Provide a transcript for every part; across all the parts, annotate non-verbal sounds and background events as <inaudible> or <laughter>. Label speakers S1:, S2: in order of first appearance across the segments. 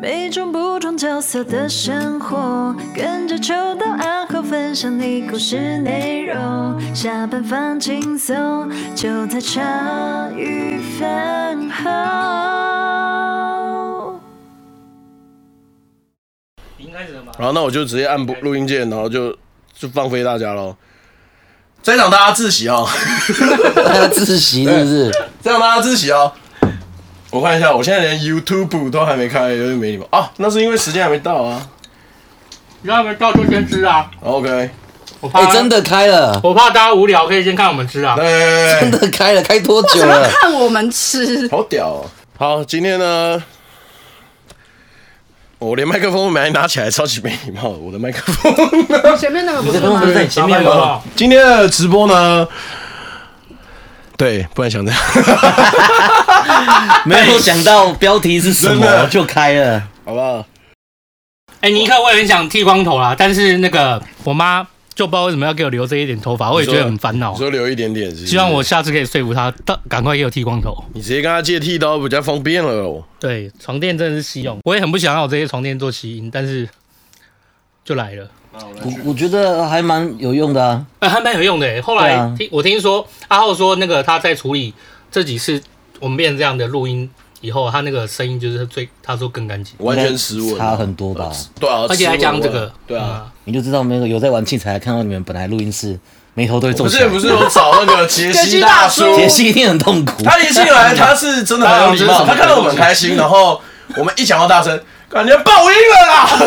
S1: 每种不同角色的生活，跟着秋到暗号分享你故事内容。下班放轻松，就在茶余饭后。
S2: 应该是什么？
S3: 好，那我就直接按播录音键，然后就就放飞大家喽。这一场大家自习哦，
S4: 他要自习是不是？
S3: 这样大家自习哦。我看一下，我现在连 YouTube 都还没开，有点没礼貌啊。那是因为时间还没到啊。
S2: 你让他们到处先吃啊！
S3: OK，
S2: 我怕、
S4: 哎、真，的开了，
S2: 我怕大家无聊，可以先看我们吃啊。
S4: 真
S3: 对，
S4: 的开了，开多久
S5: 怎么
S4: 了？
S5: 看我们吃？
S3: 哎好屌、哦。好，今天呢，我连麦克风都没拿起来，超级没礼貌的。我的麦克风。
S5: 前面那个不
S4: 这
S5: 是
S4: 个东
S5: 吗
S4: 西？在你前面
S2: 好不
S4: 吗？
S2: 好？
S3: 今天的直播呢，对，不然想这样。
S4: 没有想到标题是什
S3: 真的
S4: 么就开了，
S3: 好不好？
S2: 哎、尼克，我也很想剃光头啦，啊但是那个我妈就不知道为什么要给我留这一点头发，我也觉得很烦恼啊
S3: 你。说留一点点是不是，
S2: 希望我下次可以说服她，到赶快给我剃光头。
S3: 你直接跟他借剃刀比较方便了哦。
S2: 对，床垫真的是稀用，我也很不想要我这些床垫做吸音，但是就来了。
S4: 我我觉得还蛮有用的啊。
S2: 哎、还蛮有用的耶。后
S4: 对
S2: 来
S4: 啊
S2: 听、我听说阿浩说，那个他在处理这几次我们变成这样的录音以后，他那个声音就是最，他说更干净，
S3: 完全斯文，
S4: 差很多吧？
S3: 对啊，
S2: 而且还讲这
S3: 斯文
S2: 个嗯
S3: 啊，对啊。
S4: 你就知道没有有在玩器材，看到你们本来录音室眉头都会皱
S3: 不
S4: 起
S3: 是
S4: 来
S3: 不。是，我找那个杰西大
S2: <laughs>
S3: 叔，
S4: 杰西一定很痛苦，
S3: 他一进来他是真的很有礼貌，他看到我们很开心，然后我们一讲话大声，感觉爆音了啦。
S2: 嗯，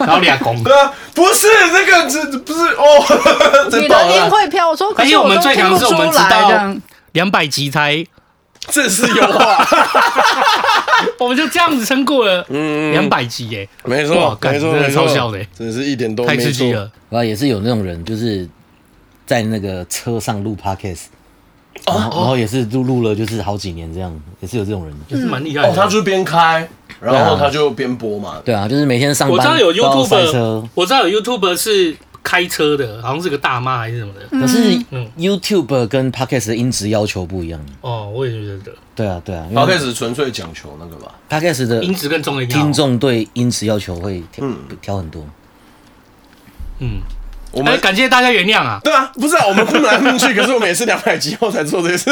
S2: 然后俩公。
S3: 啊 <laughs> 对啊，不是那个，这不是哦， <laughs>
S5: 你
S3: 真爆
S5: 的
S3: 了
S5: 音
S3: 啦，
S5: 会飘，我说，可
S2: 而且
S5: 是
S2: 我们
S5: 都
S2: 最
S5: 听
S2: 强
S5: 不
S2: 是我
S5: 出
S2: 们知
S5: 来
S2: 道
S5: 这样。
S2: 两百集才，
S3: 这是有啊
S4: <laughs>
S3: 话，
S2: 我们就这样子撑过了两百集耶，
S3: 嗯没
S2: 哇干真的超笑的欸
S3: 真的是一点都
S2: 太
S3: 没
S2: 刺激
S3: 错。
S2: 了。
S4: 啊，也是有那种人，就是在那个车上录 podcast，然
S3: 哦
S4: 后然后也是录录了，就是好几年这样，也是有这种人。
S2: 也是蛮厉害的。
S3: 哦，他就是边开，然后
S4: 对啊
S3: 他就边播嘛，
S4: 对啊，就是每天上班，
S2: 我知道有
S4: 包括塞车
S2: YouTube，，我知道有 YouTube 是开车的，好像是个大妈还是什么的。
S4: 可是
S2: 嗯
S4: YouTube 跟 podcast 的音质要求不一样。
S2: <laughs> 哦，我也觉得
S4: 对啊，对啊，因
S3: 然后
S4: 为
S3: 开始纯粹讲求那个吧，
S4: podcast 的
S2: 音质更重要。
S4: 听，众对音质要求会调调很多。
S2: 嗯，
S3: 我
S2: 哎，
S3: 们
S2: 感谢大家原谅啊。
S3: 对啊，不是啊，我们不来不去，可是我每次两百集后才做这件事，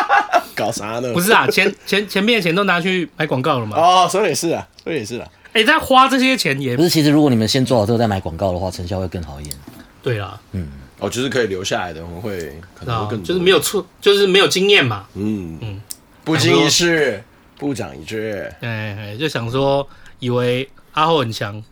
S3: <laughs> 搞啥呢？
S2: 不是啊，前 <laughs> 前前面的钱都拿去买广告了嘛。
S3: 哦，说得也是啊，说得也是啊，
S2: 哎、在花这些钱也
S4: 不是，其实如果你们先做好之后再买广告的话，成效会更好一点。
S2: 对啦，
S3: 哦，就是可以留下来的，我们会可能
S2: 啊
S3: 会更，多
S2: 就是没有，错，就是没有经验嘛。嗯
S3: 嗯嗯，不经一事不长一智，
S2: 哎、哎就想说以为阿后很强，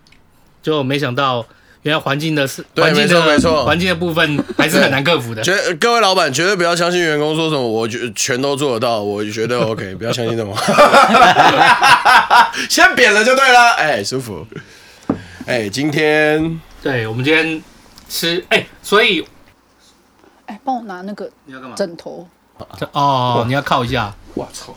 S2: 就没想到原来环境的事，
S3: 对
S2: 环境的
S3: 没错没错
S2: 环境的部分还是很难克服
S3: <laughs>
S2: 的。
S3: 绝各位老板绝对不要相信员工说什么，我觉全都做得到，我觉得 <laughs> OK，不要相信这种，先扁了就对了，哎，舒服，哎，今天
S2: 对，我们今天吃，哎、所以
S5: 哎，帮我拿那个
S2: 你要干嘛？
S5: 枕头。
S2: 哦，你要靠一下。
S3: 我操，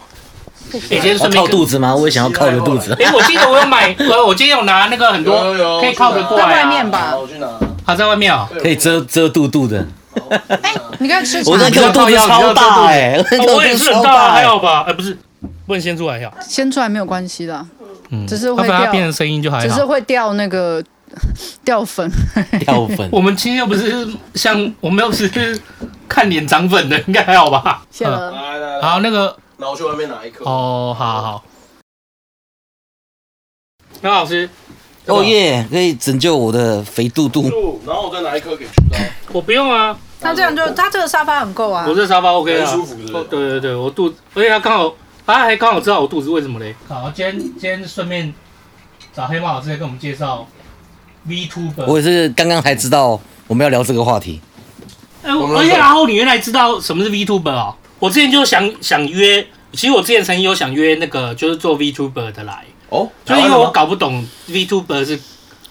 S2: 哎、今天
S4: 要
S2: 顺便
S4: 靠哦肚。子吗？我也想要靠你的肚子。
S2: 哎、我记得我有买，呃我我今天有拿那个很多
S3: 有有
S2: 可以靠着过来、啊。
S5: 在外面吧
S3: 好我去拿，
S2: 啊，在外面哦。
S4: <laughs> 可以遮遮肚肚的，
S5: 哎，你刚才吃啥
S4: 我？那个肚子超大哎、我那
S2: 哦 <laughs>
S4: 个
S2: 我也
S4: 肚子
S2: 是很
S4: 超
S2: 大啊，
S4: <laughs> 大
S2: 还
S4: 哎、
S2: 好
S5: 欸
S2: 吧？哎、不是，不能先出来呀。
S5: 先出来没有关系的，
S2: 嗯，
S5: 只是
S2: 要
S5: 会
S2: 不然它
S5: 掉
S2: 变成声音就还
S5: 只
S2: 好。
S5: 是会掉那个 <laughs> 掉粉。
S4: 掉
S2: <laughs>
S4: 粉
S2: 我。们今天又不是像我们又不是看脸涨粉的，应该还好吧？
S5: 谢
S2: 嗯
S5: 了，
S3: 来来来，
S2: 好，那个
S3: 那我去外面拿一颗，
S2: 哦，好好。杨老师，
S4: 哦耶，可以拯救我的肥
S3: <laughs>
S4: 肚肚。
S3: 然后我再拿一颗给
S2: 我不用啊，
S5: <laughs> 那这样就他这个沙发很够啊
S2: 我这沙发 OK 啊，
S3: 很舒服是不是
S2: 哦对对对，我肚子，而且他刚好，他还刚好知道我肚子为什么嘞。好，今天今天顺便找黑猫老师来跟我们介绍 VTuber。
S4: 我也是刚刚才知道我们要聊这个话题。
S2: 哎、我而且然后你原来知道什么是 VTuber 哦？我之前就想想约，其实我之前曾经有想约那个就是做 VTuber 的来，
S3: 哦，
S2: 就是因为我搞不懂 VTuber 是，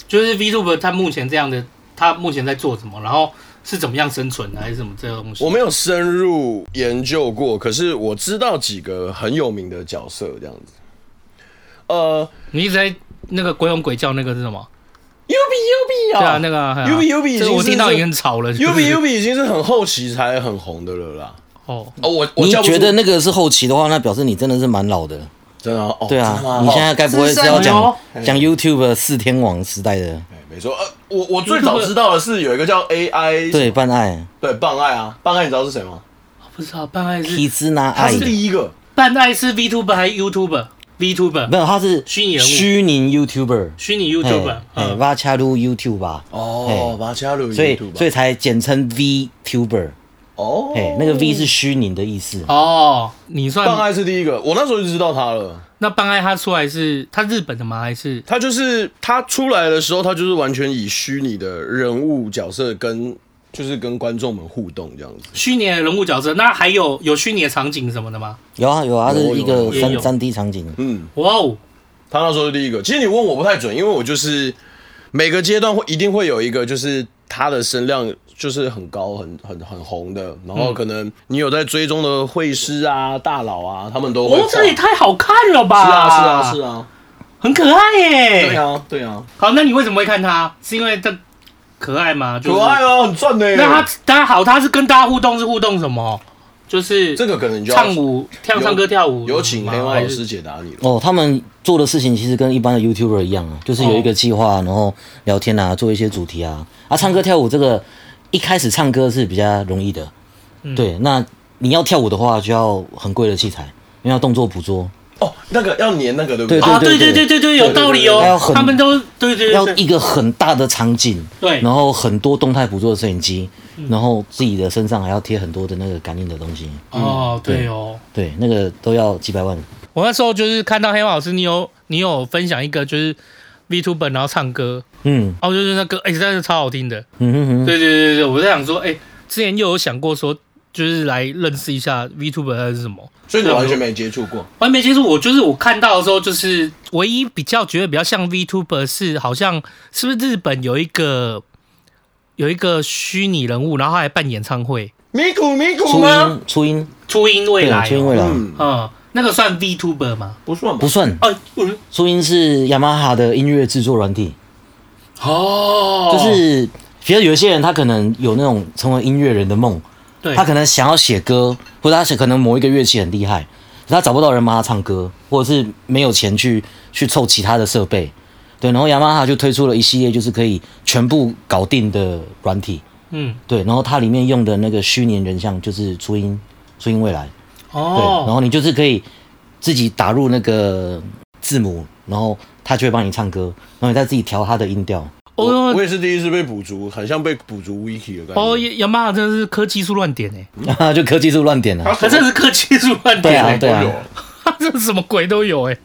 S2: 就是 VTuber 他目前这样的，他目前在做什么，然后是怎么样生存的，还是什么这个东西？
S3: 我没有深入研究过，可是我知道几个很有名的角色这样子。呃
S2: 你一直在那个鬼吼鬼叫那个是什么？
S3: ，U B U B
S2: 对
S3: 啊，
S2: 啊，那个啊
S3: Yubi Yubi 已经
S2: 这个我
S3: 是
S2: 听到
S3: 这
S2: 已经很吵了。
S3: U
S2: 是不
S3: B <laughs>
S2: 是
S3: U B 已经是很后期才很红的了啦。
S2: 哦，
S3: 哦，我我
S4: 你
S3: 叫不出
S4: 觉得那个是后期的话，那表示你真的是蛮老的。
S3: 真的哦，
S4: 对啊
S3: 真的吗，
S4: 你现在该不会是要
S2: 哦
S4: 讲讲 YouTube 四天王时代的
S3: 哎没错，呃，我我最早知道的是有一个叫 AI
S4: 对办爱？
S3: 对棒爱啊，棒爱你知道是谁吗？
S2: 不知道办爱是
S4: 提兹拿
S3: 他
S4: 爱
S3: 是第一个，
S2: 办爱是 VTuber 还是 YouTuber？VTuber
S4: 没有，他是
S2: 虚拟人物
S4: 虚拟 YouTuber，
S2: 虚拟 YouTuber，
S4: 哎，
S2: 嗯
S4: 挖恰路 YouTube 吧，
S3: 哦，
S4: 嘿
S3: 把它加入
S4: 所以
S3: YouTube 吧
S4: 所以才简称 VTuber，
S3: 哦
S4: 哎，，那个 V 是虚拟的意思，
S2: 哦，你
S3: 棒
S2: 算
S3: 爱是第一个，我那时候就知道他了。
S2: 那办爱他出来是他日本的吗？还是
S3: 他就是他出来的时候，他就是完全以虚拟的人物角色跟就是跟观众们互动这样子。
S2: 虚拟的人物角色？那还有有虚拟的场景什么的吗？
S4: 有啊有啊，它
S3: 有
S4: 是一
S3: 有
S4: 个
S2: 也有
S4: 三三 D 场景，
S3: 嗯，
S2: 哇哦，
S3: 他那时候是第一个。其实你问我不太准，因为我就是每个阶段会一定会有一个，就是他的声量就是很高、很很很红的，然后可能你有在追踪的会师啊、大佬啊，他们都会
S2: 哦
S3: 放。，
S2: 这也太好看了吧！
S3: 是啊，是啊，是啊，
S2: 很可爱
S3: 对
S2: 耶。
S3: 啊，对啊，
S2: 好，那你为什么会看他？是因为他可爱吗？就是
S3: 可爱啊，很赚的耶。
S2: 那他他好，他是跟大家互动是互动什么？就是
S3: 这个可能就要
S2: 唱舞、跳
S3: 有
S2: 唱歌、跳舞吗，
S3: 有请黑猫老
S2: 还是
S3: 师解答你了。
S4: 哦，他们做的事情其实跟一般的 YouTuber 一样啊，就是有一个计划，然后聊天啊，做一些主题啊，啊，唱歌跳舞这个一开始唱歌是比较容易的，对，那你要跳舞的话就要很贵的器材，因为要动作捕捉，
S3: 哦，那个要粘那个，对不
S4: 对
S2: 啊，对
S4: 对
S2: 对
S4: 对
S2: 对对对，有道理
S4: 对对对还
S2: 哦
S4: 有。很
S2: 他们都对对
S4: 要
S2: 对
S4: 一
S2: 对，
S4: 个很大的场景，
S2: 对
S4: 然后很多动态捕捉的摄影机，
S2: 嗯
S4: 然后自己的身上还要贴很多的那个感应的东西，
S2: 哦对哦。
S4: 对，那个都要几百万，
S2: 我那时候就是看到黑猫老师，你有你有分享一个就是 V t u b e r 然后唱歌，
S4: 嗯
S2: 哦就是那歌，哎，真的是超好听的。
S4: 嗯哼哼，
S2: 对对对对，我在想说，哎，之前又有想过说，就是来认识一下 V t u b e r 是什么。
S3: 所以你完全没接触过。
S2: 完美接触，我就是我看到的时候，就是唯一比较觉得比较像 VTuber 是好像是不是日本有一个有一个虚拟人物，然后他还办演唱会，
S3: 米谷米谷
S4: 初
S3: 吗
S4: 音？初音，
S2: 初音未
S4: 对啊
S2: 来、，哦
S4: 初音未来
S3: 嗯，
S2: 嗯，那个算 VTuber 吗？
S3: 不算吧啊
S4: 不。算，
S2: 哦、嗯，
S4: 初音是雅马哈的音乐制作软体。
S2: 哦，
S4: 就是比如有一些人，他可能有那种成为音乐人的梦，
S2: 对，
S4: 他可能想要写歌，或者他可能某一个乐器很厉害，可他找不到人帮他唱歌，或者是没有钱去去凑其他的设备，对，然后雅马哈就推出了一系列就是可以全部搞定的软体，
S2: 嗯，
S4: 对，然后它里面用的那个虚拟人像就是初音，初音未来，对，然
S2: 哦，
S4: 后你就是可以自己打入那个字母，然后他就会帮你唱歌，然后你再自己调他的音调。
S3: 我
S2: 哦
S3: 我也是第一次被补足，很像被补足 wiki 的感
S2: 哦，
S3: 觉。
S2: 雅马哈真的是科技术乱点哎、
S4: 啊， <laughs> 就科技是乱点了、
S2: 他真的是科技术乱
S4: 对
S2: 点
S4: 啊，
S2: 哎、
S4: 对啊，
S2: 他 <laughs> 这什么鬼都有哎、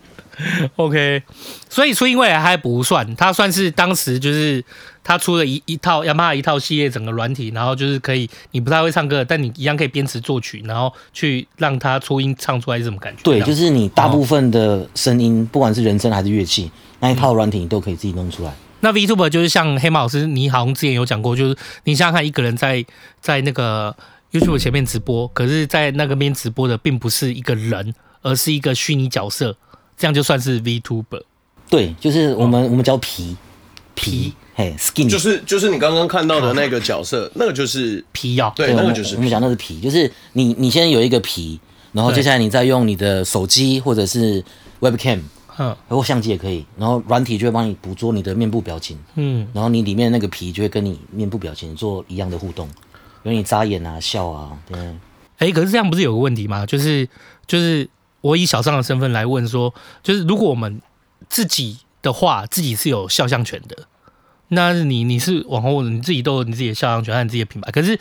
S2: OK，所以初音未来还不算，它算是当时就是他出了一一套雅马哈一套系列整个软体，然后就是可以你不太会唱歌，但你一样可以编词作曲，然后去让它初音唱出来是什么感觉？这
S4: 对，
S2: 样
S4: 就是你大部分的声音，不管是人声还是乐器，那一套软体你都可以自己弄出来。
S2: 那 VTuber 就是像黑马老师，你好像之前有讲过，就是你想想看，一个人在在那个 YouTube 前面直播，可是，在那个边直播的并不是一个人，而是一个虚拟角色，这样就算是 VTuber。
S4: 对，就是我们、我们叫皮皮，嘿，skin，
S3: 就是就是你刚刚看到的那个角色，那个就是
S2: 皮哦，
S3: 对，
S4: 对，
S3: 那个
S4: 我们
S3: 就是
S4: 我们讲那是皮，就是你你先有一个皮，然后
S2: 对
S4: 接下来你再用你的手机或者是 webcam
S2: 嗯
S4: 或相机也可以，然后软体就会帮你捕捉你的面部表情，
S2: 嗯，
S4: 然后你里面那个皮就会跟你面部表情做一样的互动，有你眨眼啊、笑啊，对。
S2: 哎、可是这样不是有个问题吗？就是就是我以小张的身份来问说，就是如果我们自己的话，自己是有肖像权的，那你你是往后你自己都有你自己的肖像权和你自己的品牌，可是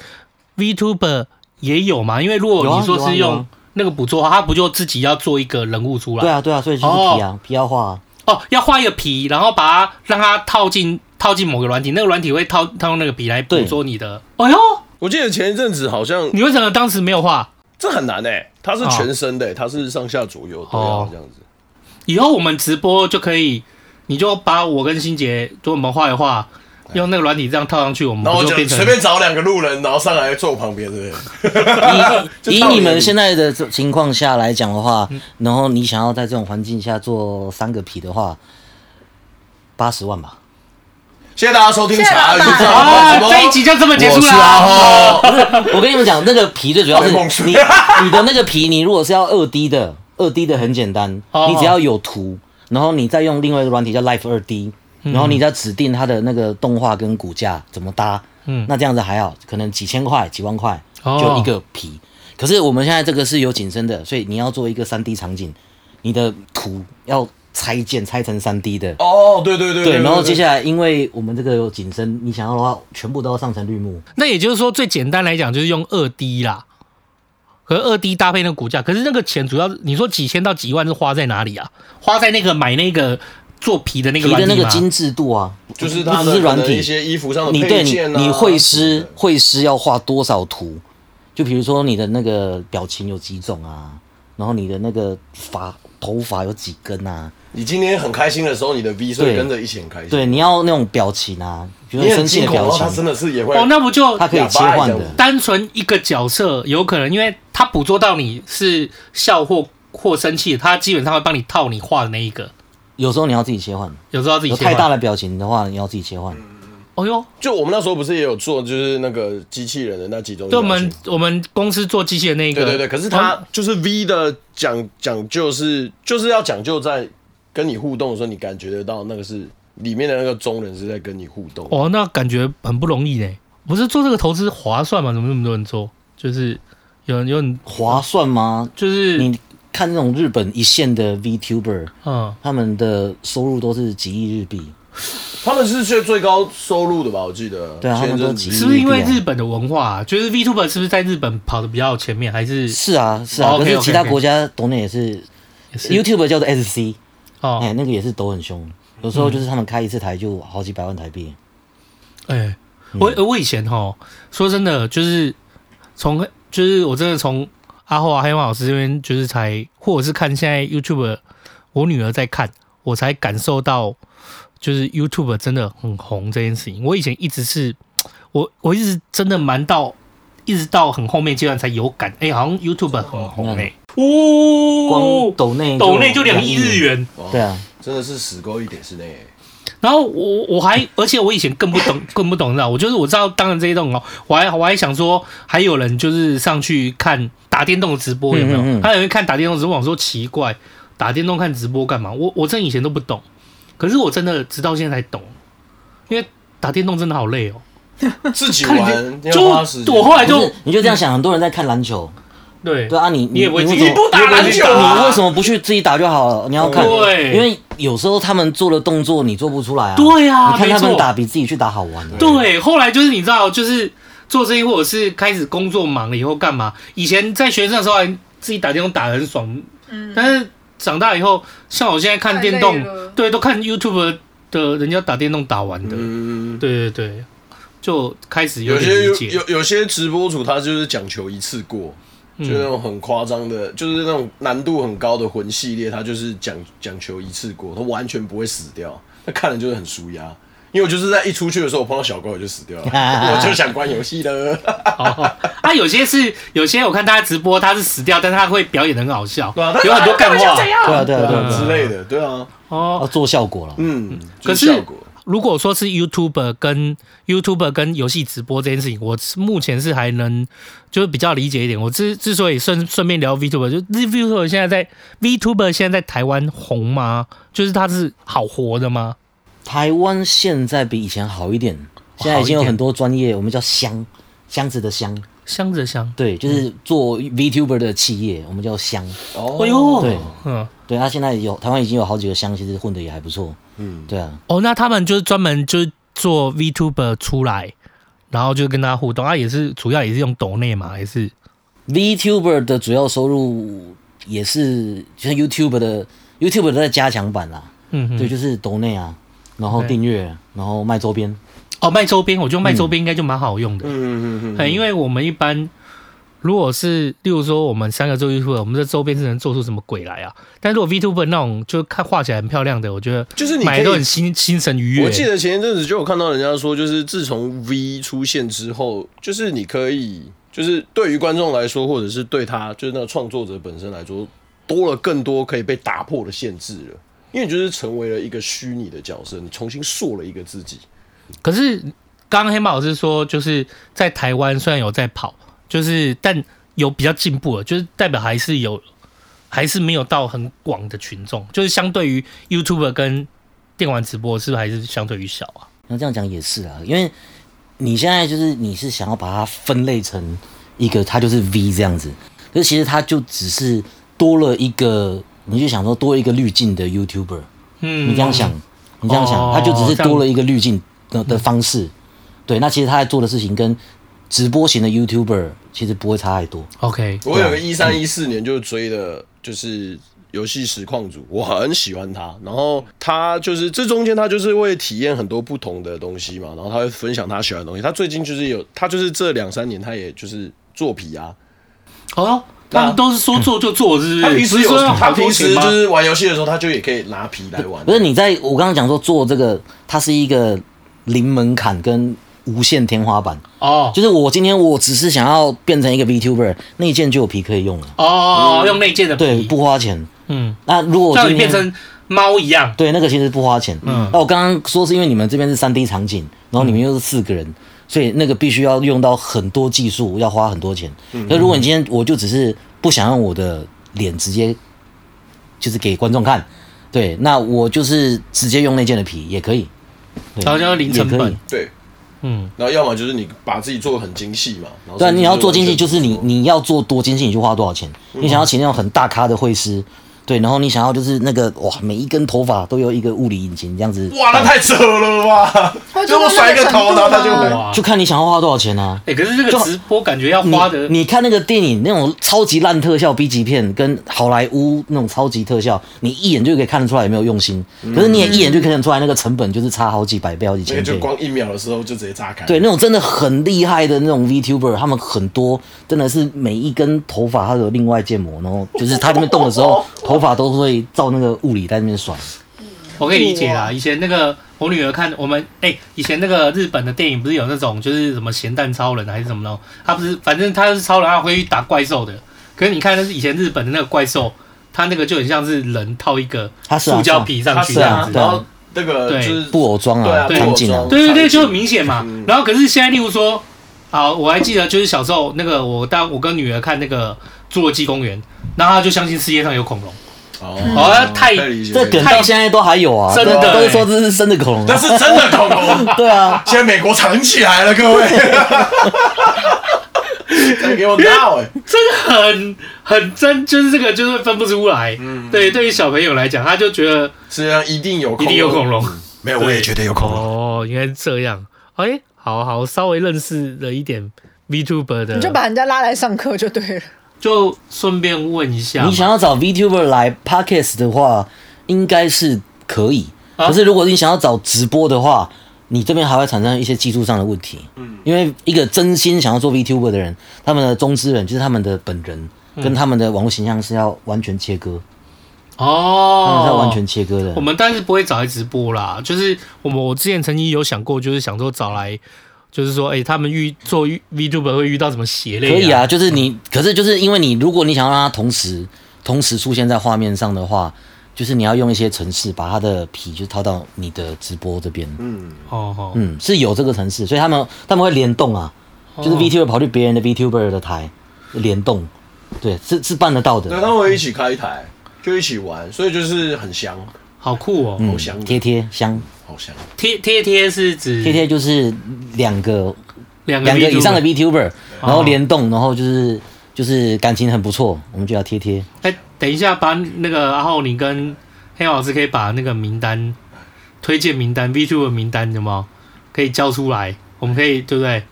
S2: VTuber 也有嘛？因为如果
S4: 有啊
S2: 你说是
S4: 有啊有
S2: 用
S4: 啊
S2: 那个捕捉，他不就自己要做一个人物出来？
S4: 对啊，对啊，所以就是皮啊，皮要画、啊。
S2: 哦，要画一个皮，然后把它让它套进套进某个软体，那个软体会套套用那个皮来捕
S4: 对
S2: 捉你的。哎呦，
S3: 我记得前一阵子好像
S2: 你为什么当时没有画？
S3: 这很难诶，它
S2: 啊
S3: 是全身的，它是上下左右都
S2: 哦
S3: 要这样子。
S2: 以后我们直播就可以，你就把我跟欣杰，如果我们画一画，用那个软体这样套上去，我们
S3: 然后
S2: 不就
S3: 我就
S2: 变成
S3: 随便找两个路人，然后上来坐我旁边，对不对？
S4: <laughs> 以
S3: 就
S4: 以
S3: 套
S4: 你
S3: 里
S4: 们现在的这情况下来讲的话，然后你想要在这种环境下做三个皮的话，八十万吧。
S3: 谢谢大家收听
S5: 谢谢
S3: 茶
S5: 老
S3: 余
S5: 板
S3: 饭
S2: 啊，
S3: 后
S2: 这一集就这么结束
S3: 我是
S2: 啦。 <laughs>
S3: 阿后
S4: <laughs> 我跟你们讲，那个皮最主要是
S3: 太梦想
S4: 你你的那个皮，你如果是要二 D 的，二 D 的很简单，
S2: 哦
S4: 你只要有图，然后你再用另外一个软体叫 Life 二 D，然后你再指定它的那个动画跟骨架怎么搭，
S2: 嗯
S4: 那这样子还好，可能几千块、几万块
S2: 哦
S4: 就一个皮。可是我们现在这个是有景深的，所以你要做一个三 D 场景，你的图要拆件拆成三 D 的。
S3: 哦，对对对
S4: 对，然后接下来，因为我们这个有景深，你想要的话，全部都要上成绿幕。
S2: 那也就是说，最简单来讲就是用二 D 啦，和二 D 搭配那个骨架。可是那个钱主要你说几千到几万是花在哪里啊？花在那个买那个做皮的那个
S4: 皮的
S2: 软
S4: 那
S2: 体
S4: 个
S2: 吗？
S4: 精致度啊，
S3: 就是
S4: 不
S3: 它
S4: 只
S3: 的
S4: 是软
S3: 可能
S4: 体，
S3: 一些衣服上的
S4: 你
S3: 配
S4: 对你
S3: 件啊
S4: 你会
S3: 什么
S4: 师
S3: 的
S4: 会师要画多少图？就比如说你的那个表情有几种啊，然后你的那个发头发有几根啊？
S3: 你今天很开心的时候，你的 V 所以
S4: 对
S3: 跟着一起很开心。
S4: 对，，你要那种表情啊，比如
S3: 你
S4: 说
S3: 很
S4: 生气
S3: 惊
S4: 的
S3: 恐，然
S4: 表
S3: 后他真
S4: 情，
S3: 的是也会
S2: 哦，那不就
S4: 它可以切换的。
S2: 单纯一个角色有可能，因为他捕捉到你是笑或或生气，他基本上会帮你套你画的那一个。
S4: 有时候你要自己切换，
S2: 有时候自己
S4: 有
S2: 切换
S4: 太大。的表情的话，你要自己切换。
S3: 嗯
S2: 哦哟，
S3: 就我们那时候不是也有做，就是那个机器人的那几种
S2: 对
S3: 表
S2: 我
S3: 情。
S2: 们哦我们公司做机器的那个，
S3: 对对对，可是它就是 V 的讲讲究是，就是要讲究在跟你互动的时候，你感觉得到那个是里面的那个中人是在跟你互动。
S2: 哦，那感觉很不容易呢。不是做这个投资划算吗？怎么那么多人做？就是有人有人
S4: 划算吗？
S2: 就是
S4: 你看那种日本一线的 VTuber，
S2: 嗯，
S4: 他们的收入都是几亿日币。
S3: 他们是最最高收入的吧？我记得。
S4: 对啊
S3: 前一
S4: 他们都
S3: 阵
S4: 急
S3: 子
S2: 是不是因为日本的文化、啊，就是 VTuber 是不是在日本跑的比较前面，还是
S4: 是啊，是啊，
S2: 哦
S4: 可是
S2: OK，OK，OK
S4: 其他国家懂的也是
S2: 也是
S4: YouTube 叫做 SC，哎、
S2: 哦？嗯
S4: 那个也是抖很凶，有时候就是他们开一次台就好几百万台币。
S2: 哎、我我以前哈，说真的，就是从就是我真的从阿后啊黑猫老师这边，就是才或者是看现在 YouTube，我女儿在看，我才感受到就是 YouTube 真的很红这件事情。我以前一直是我我一直真的蛮到一直到很后面阶段才有感，哎、好像 YouTube 很红哎、哦，
S4: 光抖内
S2: 抖内就两亿日，元。
S3: 哦
S4: 对啊，
S3: 真的是死勾一点是那。
S2: 然后我我还，而且我以前更不
S4: <laughs>
S2: 懂，更不懂知道，我就是我知道，当然这一栋哦，我还我还想说，还有人就是上去看打电动的直播有没有？
S4: 嗯嗯嗯
S2: 还有人看打电动直播，我说奇怪，打电动看直播干嘛？我我真的以前都不懂，可是我真的直到现在才懂，因为打电动真的好累哦。
S3: 自己
S2: 看
S3: 玩
S2: 你
S3: 要
S2: 就
S3: 花时间。
S2: 我后来
S4: 不
S2: 哎就是
S4: 你就这样想，很多人在看篮球，
S2: 对
S4: 对啊，你
S2: 你也不会自
S4: 为
S2: 己
S4: 什
S3: 你不
S4: 么
S3: 打篮球啊？
S4: 你为什么不去自己打就好了？你要看，
S2: 对
S4: 因为有时候他们做的动作你做不出来啊。
S2: 对啊
S4: 你看他
S2: 没
S4: 们
S2: 错
S4: 打比自己去打好玩啊。
S2: 对，后来就是你知道，就是做生意或者是开始工作忙了以后干嘛？以前在学生的时候还自己打电动打得很爽，但是长大以后，像我现在看
S5: 嗯太
S2: 电
S5: 累
S2: 动
S5: 了，
S2: 对，都看 YouTube 的人家打电动打完的，
S3: 嗯，
S2: 对对对，就开始
S3: 有
S2: 点
S3: 些
S2: 理
S3: 有
S2: 解
S3: 有，有些直播主他就是讲求一次过，
S2: 嗯
S3: 就那种很夸张的，就是那种难度很高的魂系列，他就是讲讲求一次过，他完全不会死掉，那看了就是很舒压。因为我就是在一出去的时候，我碰到小怪我就死
S2: <laughs>
S3: 掉了，我就想关游戏了。
S2: 哦啊，有些是有些我看大家直播，他是死掉，但是他会表演的很好笑，
S3: 对啊他
S2: 有很多干话
S4: 对啊，对啊，对啊，
S3: 嗯之类的，对啊，
S2: 哦
S4: 要。做效果了。
S3: 嗯，
S2: 可
S3: 就是效果
S2: 如果说是 YouTuber 跟 YouTuber 跟游戏直播这件事情，我是目前是还能就是比较理解一点。我之之所以顺顺便聊 VTuber，就 VTuber 现在在 VTuber 现在在台湾红吗？就是它是好活的吗？
S4: 台湾现在比以前好一点，现在已经有很多专业，我们叫箱箱子的箱，
S2: 香着香，
S4: 对，就是做 VTuber 的企业，我们叫箱。
S3: 哦
S2: 哎呦，
S4: 对
S2: 嗯，
S4: 对，他现在有台湾已经有好几个箱，其实混的也还不错。
S3: 嗯，
S4: 对啊，
S2: 哦，那他们就是专门就是做 VTuber 出来，然后就跟大家互动，啊，也是主要也是用抖内嘛，也是
S4: VTuber 的主要收入也是就像 YouTube 的 YouTube 的在加强版啦，
S2: 嗯哼
S4: 对，就是抖内啊，然后
S2: 对
S4: 订阅，然后卖周边。
S2: 哦卖周边，我觉得卖周边应该就蛮好用的，
S3: 嗯嗯嗯嗯
S2: 哎，因为我们一般如果是，例如说我们三个做 YouTube，我们的周边是能做出什么鬼来啊？但如果 VTuber 那种就看画起来很漂亮的，我觉得
S3: 就是你可以
S2: 买的都很心心神愉悦。
S3: 我记得前一阵子就有看到人家说，就是自从 V 出现之后，就是你可以，就是对于观众来说，或者是对他，就是那个创作者本身来说，多了更多可以被打破的限制了。因为你就是成为了一个虚拟的角色，你重新塑了一个自己。
S2: 可是刚刚黑马老师说，就是在台湾虽然有在跑，就是但有比较进步了，就是代表还是有还是没有到很广的群众，就是相对于 YouTube 跟电玩直播，是不是还是相对于小啊？
S4: 那这样讲也是啊，因为你现在就是你是想要把它分类成一个，它就是 V 这样子，可是其实它就只是多了一个，你就想说多一个滤镜的 YouTuber，
S2: 嗯
S4: 你这样想，你这样
S2: 哦
S4: 想，它就只是
S2: 这样
S4: 多了一个滤镜的的方式，对，那其实他在做的事情跟直播型的 YouTuber 其实不会差太多，
S2: ，OK，
S3: 我有个
S4: 啊
S3: 一三一四年就追的，就是游戏实况组，我很喜欢他。然后他就是这中间他就是会体验很多不同的东西嘛，然后他会分享他喜欢的东西。他最近就是有，他就是这两三年他也就是做皮啊，
S2: 哦，他们都是说做就做，是不是？
S3: 他平时
S2: 不
S3: 有
S2: 是啊说
S3: 他
S2: 好多
S3: 平时
S2: 钱吗
S3: 就是玩游戏的时候，他就也可以拿皮来玩
S4: 不。是你在我刚刚讲说做这个，它是一个零门槛跟无限天花板，
S2: 哦
S4: 就是我今天我只是想要变成一个 VTuber，那一件就有皮可以用了，
S2: 哦，用内建的
S4: 对，
S2: 皮，
S4: 不花钱。
S2: 嗯，
S4: 那如果我
S2: 像
S4: 今
S2: 你
S4: 天
S2: 变成猫一样，
S4: 对那个其实不花钱，嗯，那我刚刚说是因为你们这边是三 D 场景，然后你们又是四个人，所以那个必须要用到很多技术，要花很多钱。
S2: 嗯
S4: 那、如果你今天我就只是不想用我的脸直接就是给观众看，对，那我就是直接用那件的皮也可以，对
S2: 然后叫零成
S4: 也可
S2: 本
S4: 以，
S3: 对，
S2: 嗯，
S3: 然后要么就是你把自己做的很精细嘛。然后
S4: 对啊，
S3: 甚至
S4: 你要做经济，
S3: 完
S4: 就
S3: 全
S4: 是你你要做多精细，你就花多少钱。你想要请那种很大咖的会师，对，然后你想要就是那个哇，每一根头发都有一个物理引擎这样子，
S3: 哇，那太扯了吧！
S5: 会
S3: 就
S5: 做
S3: 我
S5: 到
S3: 甩一
S5: 那个
S3: 个头，
S5: 程度
S3: 然后他就
S5: 吗
S3: 回。
S2: 哇，
S4: 就看你想要花多少钱啊。
S2: 哎，可是这个直播感觉要
S4: 你
S2: 花的，
S4: 你看那个电影那种超级烂特效 B 级片，跟好莱坞那种超级特效，你一眼就可以看得出来有没有用心。可是你也一眼就可以看得出来，那个成本就是差好几百倍、好几
S3: 那个
S4: 千
S3: 就
S4: 倍。
S3: 光一秒的时候就直接炸开。
S4: 对，那种真的很厉害的那种 VTuber，他们很多真的是每一根头发它都有另外建模，然后就是它那边动的
S3: <laughs>
S4: 时候，头发都会照那个物理在那边甩。
S2: 我可以理解啦。以前那个我女儿看我们，哎、以前那个日本的电影不是有那种就是什么咸蛋超人还是什么的，他不是反正他是超人，他会去打怪兽的。可是你看，那是以前日本的那个怪兽，他那个就很像是人套一个
S4: 他是啊
S2: 塑胶皮上
S3: 他
S2: 去
S3: 是
S2: 这样
S3: 啊
S2: 子，，
S4: 对啊
S3: 然后那个
S2: 对
S3: 就是
S4: 布偶装
S3: 对啊
S4: 啊，
S3: 布偶
S4: 场景啊
S3: 装，
S2: 对对对，
S3: 场景
S2: 就很明显嘛。然后可是现在，例如说，啊，我还记得就是小时候那个我当我跟女儿看那个《侏罗纪公园》，然后她就相信世界上有恐龙。好
S3: 哦
S2: 像太
S3: 可以理解
S4: 这
S3: 可以理
S4: 梗
S3: 解
S4: 到现在都还有啊，
S2: 真的
S4: 都都
S2: 欸
S4: 是说这是生的恐龙啊
S3: 但。是真的恐龙，
S4: <laughs> 对
S3: <laughs>
S4: 啊，
S3: 现在美国藏起来了，
S2: <laughs>
S3: 各位。再给我闹哎！
S2: 真的很很真，就是这个就是分不出来。嗯，对，对于小朋友来讲，他就觉得
S3: 世界上啊一定有，
S2: 一定有恐。龙。
S3: 没有，我也觉得有恐龙。
S2: 哦，原来是这样。哎、好好稍微认识了一点 VTuber 的，
S5: 你就把人家拉来上课就对了。
S2: 就顺便问一下嘛，
S4: 你想要找 VTuber 来 Podcast 的话，应该是可以。
S2: 啊
S4: 可是如果你想要找直播的话，你这边还会产生一些技术上的问题。嗯，因为一个真心想要做 VTuber 的人，他们的中之人就是他们的本人，
S2: 嗯
S4: 跟他们的网络形象是要完全切割，嗯他们是要
S2: 哦，
S4: 完全切割的。
S2: 我们但是不会找来直播啦，就是我们我之前曾经有想过，就是想说找来，就是说，哎、他们遇做 VTuber 会遇到什么血泪、
S4: 可以啊，，就是你，可是就是因为你，如果你想让它同时同时出现在画面上的话，就是你要用一些程式把它的皮就套到你的直播这边。
S2: 哦哦，
S4: 嗯，是有这个城市，所以他们他们会联动啊，就是
S2: 哦
S4: VTuber 跑去别人的 VTuber 的台联动，对，是是办得到
S3: 对，
S4: 的。
S3: 他们会一起开台，就一起玩，所以就是很香，
S2: 好嗯酷哦，
S4: 嗯
S3: 好香，
S4: 贴贴香，
S3: 好香。
S2: 贴贴贴是指
S4: 贴贴就是两个
S2: 两个
S4: 两个
S2: VTuber 哦
S4: 以上的 VTuber，然后联动，然后就是就是感情很不错，我们就要贴贴。
S2: 哎、等一下，把那个阿浩你跟黑老师可以把那个名单、推荐名单、VTuber 名单有没有可以交出来？我们可以对不对？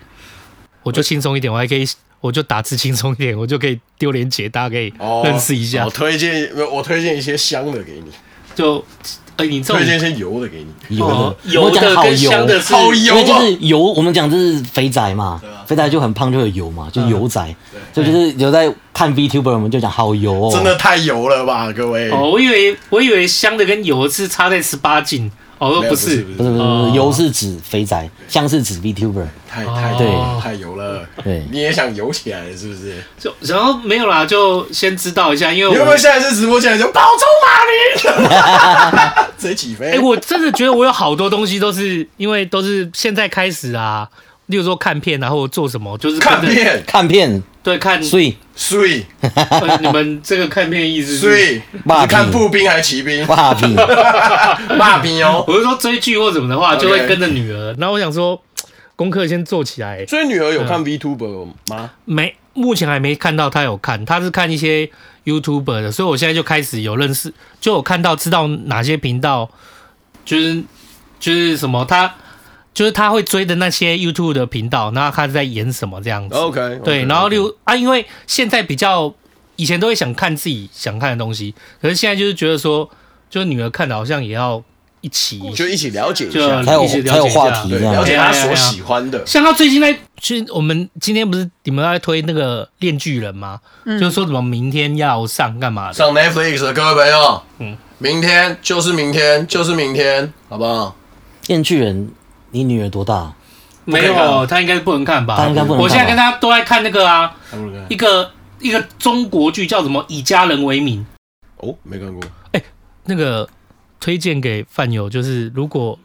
S2: 我就轻松一点，我还可以，我就打字轻松一点，我就可以丢链接，大家可以 <laughs>
S4: 哦
S2: 认识一下。
S3: 哦我推荐，我推荐一些香
S2: <laughs>
S3: 的给你，
S2: 就哎、你这
S3: 推荐一
S2: 种
S3: 些油的给你。
S4: 油
S2: 哦
S4: 的，
S2: 油
S4: 我们
S2: 的
S4: 讲好
S2: 跟香的啊
S4: 油，
S2: 是
S3: 好油
S4: 因为就是油，我们讲这是肥宅嘛，
S2: 啊
S4: 肥宅就很胖就有油
S2: 嗯
S4: 嘛，就油宅，所以就是有在看 VTuber，我们就讲好油哦，
S3: 真的太油了吧，各位！
S2: 哦，我以为我以为香的跟油是差在十八禁，哦
S3: 没有
S2: 不
S3: 不
S2: 是，
S4: 不是不是不
S2: 哦
S4: 是，油是指肥宅，香是指 VTuber。
S3: 太太
S2: 哦对
S3: 太油了。
S4: 对
S3: 你也想油起来是不是？
S2: 就然后没有啦，就先知道一下，因为
S3: 你有没有
S2: 我
S3: 下一次直播进来就跑出 <laughs> 马林，直接起
S2: 哎、
S3: 飞？
S2: 我真的觉得我有好多东西都是因为都是现在开始啊，例如说看片啊，然后做什么，就是
S3: 看
S2: 跟着
S3: 片，
S5: 嗯
S4: 看片
S2: 对，看，
S4: 所以
S3: 所以
S2: 呃你们这个看片的意思
S3: 所
S2: 是，
S3: 以你
S4: 霸
S3: 是
S4: 屏
S3: 看步兵还是骑兵？
S4: 哇比
S3: 霸兵哦。
S2: 我是说追剧或什么的话，
S3: OK
S2: 就会跟着女儿。然后我想说，功课先做起来。
S3: <laughs> 所以女儿有
S2: 嗯
S3: 看 VTuber 吗？
S2: 没，目前还没看到她有看，她是看一些 YouTuber 的，所以我现在就开始有认识，就有看到知道哪些频道，就是就是什么她。就是她会追的那些 YouTube 的频道，那她在演什么这样子
S3: OK，
S2: 对，然后例如啊，因为现在比较以前都会想看自己想看的东西，可是现在就是觉得说，就是女儿看的好像也要一起，
S3: 就一起了解一
S2: 就
S3: 下，
S4: 嗯才有
S2: 一起了解一下
S4: 才有话题
S3: 对，
S4: 这样
S3: 了解
S2: 哎呀
S3: 她所喜欢的。
S2: 像他最近在，去我们今天不是你们要推那个《恋巨人》吗？就是说什么明天要上干嘛的？
S3: 上 Netflix 的各位朋友，
S2: 嗯
S3: 明天就是明天，就是明天，好不好？
S4: <laughs> 电锯人，你女儿多大？
S2: 没
S3: 不可以看
S2: 有，他应该不能看吧？
S4: 他应该不能看吧
S2: 我现在跟他都在看那个啊，一个一个中国剧叫什么《以家人为名》，
S3: 哦，没看过，
S2: 那个推荐给饭友，就是如果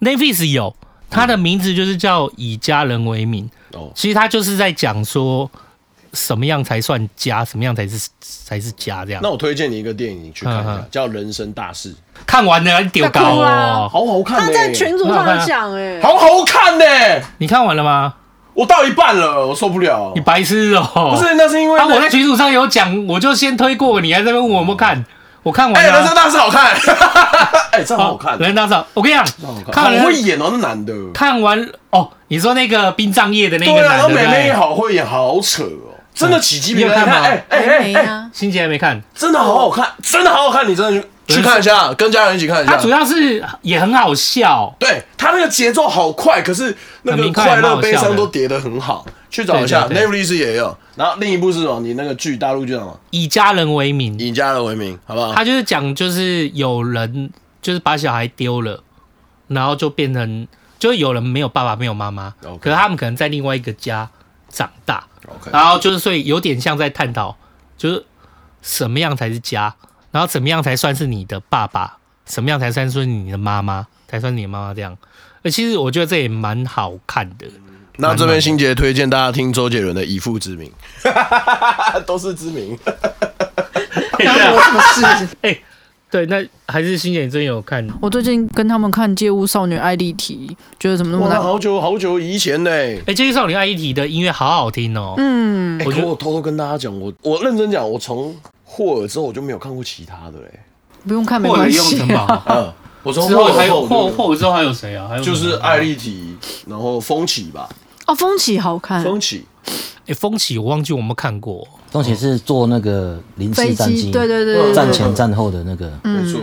S2: Netflix 有，它的名字就是叫《以家人为名》。
S3: 哦，
S2: 其实他就是在讲说，什么样才算家，什么样才是才是家这样
S3: 那。我推荐你一个电影去看一
S2: 嗯
S3: 下
S2: 嗯，
S3: 叫《人生大事》，
S2: 看完了你丢高
S5: 那哭啊
S2: 哦，
S3: 好好看
S5: 他在
S3: 呢，
S5: 群组上有讲哎、
S3: 好好看呢，
S2: 你看完了吗？
S3: 我到一半了，我受不了
S2: 你。白痴哦、
S3: 不是，那是因为
S2: 啊，
S3: 那
S2: 我在群组上有讲，我就先推过，你还在那边问我有没有看？我看
S3: 哎，
S2: 完
S3: 《人
S2: 了
S3: 生
S2: 啊。哦
S3: 大事》好看， <laughs> 哎，真好看，
S2: 人大嫂，我跟你讲，看
S3: 好
S2: 完
S3: 会
S2: 了，
S3: 演哦，那男的。
S2: 看完哦，你说那个殡葬业的那
S3: 对
S2: 个
S3: 啊，然
S2: 男
S3: 后
S2: 的，
S3: 美
S2: 对不
S3: 美也
S2: 对
S3: 好会演，好扯哦，真的起鸡皮
S2: 你有
S3: 疙瘩。
S2: 看吗
S3: 哎哎
S5: 还
S3: 哎
S5: 没
S3: 哎，
S5: 啊，
S2: 欣姐还没看，
S3: 真的好好看，真的好好看，你真的去去看一下，跟家人一起看一
S2: 他
S3: 下
S2: 主。要是也很好笑，
S3: 对他那个节奏好快，可是那
S2: 很
S3: 个
S2: 明快
S3: 快
S2: 蛮
S3: 乐、
S2: 好
S3: 悲
S2: 笑
S3: 伤
S2: 的
S3: 都叠得很好，去找一下。
S2: 对对
S3: Netflix 也有，然后另一部是什么？你那个剧大陆剧叫什么？
S2: 以家人为名，
S3: 以家人为名，好不好
S2: 他？就是讲，就是有人就是把小孩丢了，然后就变成就是有人没有爸爸没有妈妈
S3: OK
S2: 可是他们可能在另外一个家长大
S3: OK
S2: 然后就是所以有点像在探讨，就是什么样才是家，然后怎么样才算是你的爸爸，什么样才算是你的妈妈，才算你的妈妈这样。呃，其实我觉得这也蛮好看的，
S3: 那这边新杰推荐大家听周杰伦的《以父之
S2: <laughs>
S3: 名》，都是之名。
S2: 哎啊
S5: 关我什么事？
S2: 对，那还是欣姐你最近有看
S5: <laughs>
S2: 哦
S5: 我最近跟他们看《街舞少女爱丽缇》，觉得怎么嗯那么
S3: 哇，
S5: 难？
S3: 好久好久以前呢、
S2: 哎，这介绍你爱一体的音乐好好听哦。
S5: 嗯，
S3: 哎、
S2: 我
S3: 我
S2: 觉得
S3: 我偷偷跟大家讲，我我认真讲，我从霍尔之后我就没有看过其他的嘞、
S5: 不用看没
S2: 或者
S5: 关
S2: 用
S5: 系 <laughs>
S2: 城。堡吗。
S3: 嗯，我从
S2: 啊 <laughs> 之后还
S3: 后
S2: 有
S3: 我
S2: 后
S3: 就
S2: 后之后还有谁啊？还有
S3: 就
S2: 什
S3: 是
S2: 么
S3: 艾丽缇，然后风起吧，
S5: 哦，风起好看，
S3: 风起。
S2: 诶哎风起，我忘记我们看过。
S4: 东西是坐那个临
S5: 飞
S4: 时战
S5: 机，
S4: 机，
S5: 对对对对
S4: 战
S5: 对嗯
S4: 前战后的那个，
S3: 没错，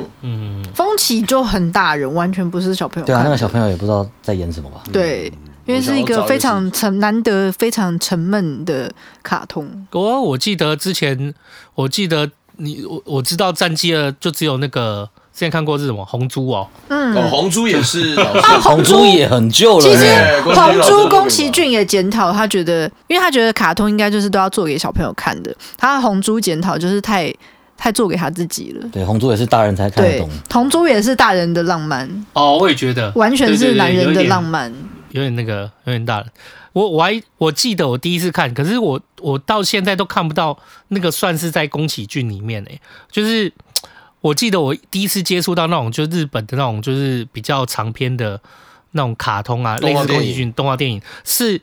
S5: 风起就很大人，完全不是小朋友
S4: 对
S5: 看
S4: 啊，那
S5: 的。
S4: 个小朋友也不知道在演什么吧？
S5: 对，因为是一个非常沉难得、非常沉闷的卡通。
S2: 我我记得之前，我记得你我我知道战机的就只有那个之前看过是什么红猪哦，
S5: 嗯
S3: 哦，红猪也
S5: <laughs>
S3: 是老
S5: 啊
S3: 师，
S4: 红猪也很旧了
S5: 其
S4: 呢，
S5: 实
S3: 对宫崎
S5: 红
S3: 骏老师
S5: 猪
S3: 的
S5: 宫
S3: 那
S5: 崎
S3: 个
S5: 骏也检讨，他觉得，因为他觉得卡通应该就是都要做给小朋友看的，他红猪检讨就是太太做给他自己了。
S4: 对红猪也是大人才看得
S5: 对
S4: 懂，，
S5: 红猪也是大人的浪漫，
S2: 哦，我也觉得
S5: 完全是男人的浪
S2: 漫，
S5: 漫。
S2: 有点那个有点大了。我我还我记得我第一次看，可是我我到现在都看不到那个算是在宫崎骏里面诶、欸就是我记得我第一次接触到那种就日本的那种就是比较长篇的那种卡通啊，
S3: 动
S2: 类
S3: 画
S2: 似宫
S3: 电
S2: 崎
S3: 影
S2: 骏动画电影，是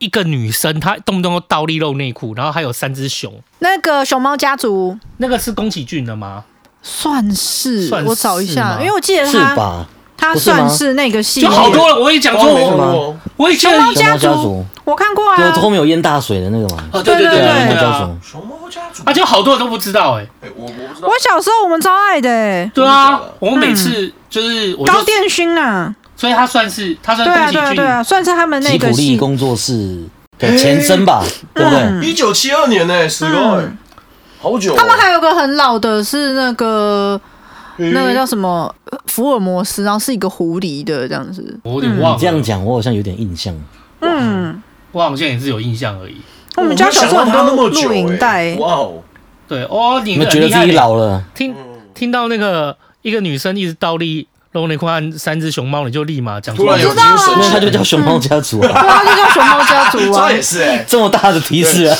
S2: 一个女生她动不动就倒立露内裤，然后还有三只熊，
S5: 那个熊猫家族
S2: 那个是宫崎骏的吗？
S5: 算是，
S2: 算
S5: 我找一
S2: 是
S5: 下
S2: 吗，
S5: 因为我记得
S4: 是
S5: 他
S4: 吧？
S5: 他
S4: 不是吗
S5: 算是那个系
S2: 就
S5: 列。
S2: 好多了，我也讲说
S3: 没看
S2: 我，
S3: 过。
S2: 我也觉得
S5: 熊猫
S4: 熊猫
S5: 家
S4: 家
S5: 族
S4: 族，
S5: 我看过
S4: 就后
S5: 啊，
S4: 面有淹大水的那个嘛，
S2: 啊，
S5: 对
S4: 对
S5: 对
S4: 啊，
S5: 对
S4: 熊猫
S2: 对
S4: 家
S2: 啊
S4: 族，，
S3: 熊猫家族
S2: 啊，就好多人都不知道哎，
S3: 哎，我我不知道
S5: 我小时候我们超爱的、欸，
S2: 对
S3: 真的假
S2: 啊
S3: 的，
S2: 我每次就是我就
S5: 嗯高电勋啊，
S2: 所以他算是他算
S5: 对啊
S2: 宫
S5: 对啊
S2: 崎
S5: 对啊，
S2: 骏，
S5: 算是他们那
S4: 吉卜
S5: 个嗯
S4: 力
S5: 系。
S4: 工作室的前身吧，对不对？
S3: 一九七二年呢，死高哎，好久哦。
S5: 嗯他们还有个很老的是那个那个叫什么呃福尔摩斯，然后是一个狐狸的这样子。
S2: 我有点忘
S4: 嗯这样
S2: 了，
S4: 讲，我好像有点印象。
S5: 嗯，
S2: 我好像也是有印象而已。
S5: 我们家小时候
S3: 我没想到他那
S5: 很多
S3: 么久
S5: 录影带
S3: 哎，哇哦，
S2: 对哦，你
S4: 你们
S2: 很
S4: 觉得
S2: 厉
S4: 自
S2: 害
S4: 己
S2: 欸
S4: 老了？
S2: 听听到那个一个女生一直倒立然后你看三只熊猫，你就立马讲出
S3: 突
S2: 来
S3: 然有
S5: 知道啊
S3: 精神
S5: 没
S4: 那
S5: 有
S4: 他
S3: 了，
S4: 就叫熊猫家族
S5: <laughs>
S4: 啊，
S5: 对啊，就叫熊猫
S3: <laughs>
S5: 家族啊
S3: 这也。是
S5: <laughs>
S3: 哎，
S4: 这么大的提示啊，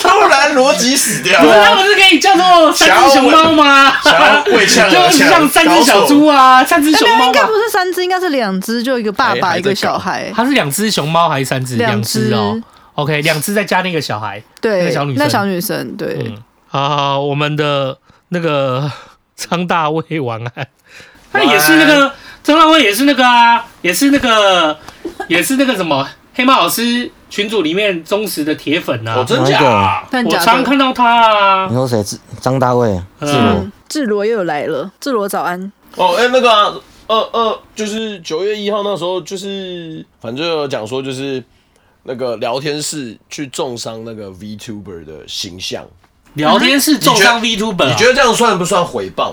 S3: 突然逻辑死掉
S2: 不是，啊他
S5: 啊
S3: 了。
S2: 不是可以叫做三只熊猫吗？
S3: 想要喂呛而
S2: 就
S3: 呛
S2: 像三只小猪啊，三只
S5: 哎，
S2: 熊
S5: 没有，
S2: 猫
S5: 应该
S2: 吧
S5: 不。是三只，应该是两只，就一个爸
S3: 哎
S5: 爸，
S3: 还
S5: 一个
S3: 在搞
S5: 小孩。
S2: 它是两只熊猫还是三只？
S5: 两只
S2: 只哦。OK，两只再加那个小孩。那
S5: 对
S2: 个小女，
S5: 那
S2: 生
S5: 小女生，对，
S2: 嗯，好好，好我们的那个 <laughs> 张大卫晚 <laughs> 安，他哎也是那个张大卫也是那个啊，也是那个也是那个什么黑猫老师群组里面忠实的铁粉啊。
S3: 哦，真
S4: 哪一
S3: 假
S4: 个？
S5: 但
S2: 我
S5: 假
S2: 常
S5: 的。
S2: 看到他
S4: 你
S2: 啊，
S4: 说谁？张大卫啊，
S2: 嗯
S4: 是吗？
S5: 嗯，智罗又来了，智罗早安。
S3: 哦，哎、那个啊，二、二就是九月一号那时候，就是反正有讲说就是那个聊天室去重伤那个 VTuber 的形象，
S2: 聊天室重伤
S3: 你
S2: VTuber，
S3: 你觉得这样算不算回谤？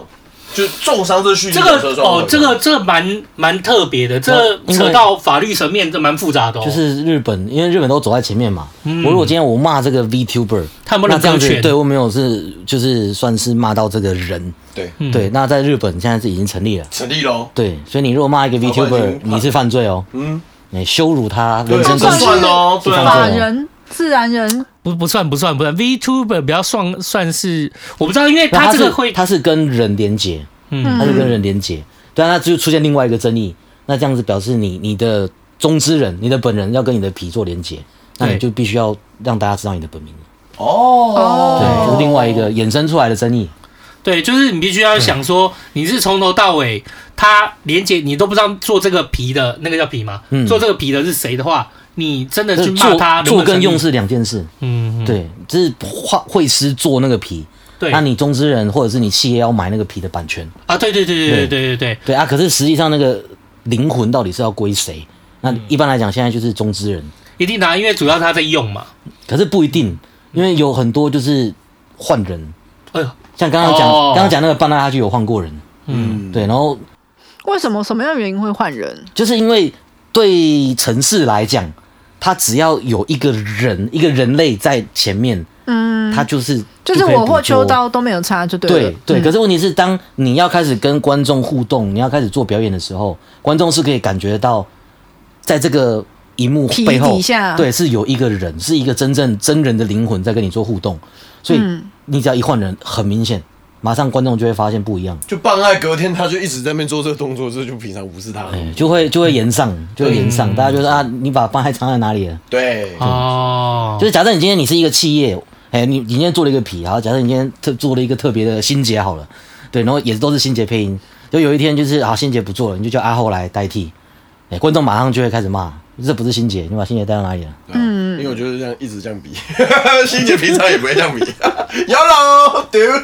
S3: 就重伤这叙
S2: 这
S3: 情
S2: 个
S3: 本身算不
S2: 哦，
S3: 算
S2: 这个这个蛮蛮特别的，
S3: 哦
S2: 这
S4: 因为
S2: 扯到法律层面，这蛮复杂的哦。
S4: 就是日本，因为日本都走在前面嘛。我如果今天我骂这个 VTuber，
S2: 嗯他有没有
S4: 那这
S2: 人
S4: 样
S2: 格
S4: 子
S2: 权
S4: 对我没有是就是算是骂到这个人，
S3: 对
S2: 嗯
S4: 对。那在日本现在是已经成立了，
S3: 成立喽。
S4: 对。所以你如果骂一个
S3: 法官已经判
S4: VTuber，你是犯罪哦，
S3: 嗯，
S4: 你羞辱他，
S3: 这
S4: 人身攻
S5: 算
S4: 击。
S3: 算哦，对
S4: 这
S5: 法
S4: 算
S3: 啊，
S5: 人、自然人，
S2: 不不算不算不算，VTuber 比较算算是我不知道，因为
S4: 那
S2: 他这个
S4: 是
S2: 会
S4: 他是跟人连接，
S2: 嗯
S4: 他是跟人连接，对啊，那就出现另外一个争议。那这样子表示你你的中之人，你的本人要跟你的皮做连接，那你
S2: 对
S4: 就必须要让大家知道你的本名，
S3: 哦，
S4: 对，就是另外一个衍生出来的争议。
S2: 对，就是你必须
S4: 嗯
S2: 要想说，你是从头到尾，他连接你都不知道做这个皮的那个叫皮吗？
S4: 嗯
S2: 做这个皮的是谁的话，你真的去骂
S4: 做
S2: 他能不
S4: 做
S2: 能成
S4: 跟
S2: 立
S4: 用，是两件事，
S2: 嗯，嗯
S4: 对，就是画绘师做那个皮，
S2: 对
S4: 那你中之人或者是你企业要买那个皮的版权，
S2: 啊，对对对对对对对对，
S4: 对啊，可是实际上那个灵魂到底是要归谁？那
S2: 嗯
S4: 一般来讲，现在就是中之人，
S2: 一定啊拿，因为主要他在用嘛。
S4: 可是不一
S2: 嗯
S4: 定，因为有很多就是换人，
S2: 哎呦，
S4: 像刚刚讲
S2: 哦
S4: 刚刚讲那个半拉，他就有换过人，
S2: 嗯，
S4: 对，然后
S5: 为什么什么样的原因会换人？
S4: 就是因为对城市来讲，他只要有一个人一个人类在前面，
S5: 嗯，
S4: 他就是
S5: 就是
S4: 可以
S5: 火
S4: 捕
S5: 或秋
S4: 捉
S5: 刀都没有差，就对了。
S4: 对对，
S5: 嗯
S4: 可是问题是，当你要开始跟观众互动，你要开始做表演的时候，观众是可以感觉到，在这个荧幕
S5: 皮
S4: 背后，
S5: 底下
S4: 对，是有一个人，是一个真正真人的灵魂在跟你做互动，所以
S5: 嗯
S4: 你只要一换人，很明显，马上观众就会发现不一样，
S3: 就办案隔天他就一直在那边做这个动作，这就平常无视他。
S4: 哎，就会就会延上，就会延上，大家就说啊，你把帮害藏在哪里了？
S3: 对，
S2: 哦，
S4: 就是假设你今天你是一个企业，哎、你你今天做了一个皮，然后假设你今天特做了一个特别的新杰好了，对，然后也都是新杰配音，就有一天就是啊新杰不做了，你就叫阿后来代替，哎、观众马上就会开始骂，这不是新杰，你把新杰带到哪里了？
S3: 嗯，因为我就是这样一直这样比， <laughs> 欣姐平常也不会这样比 <laughs> ，Hello dude，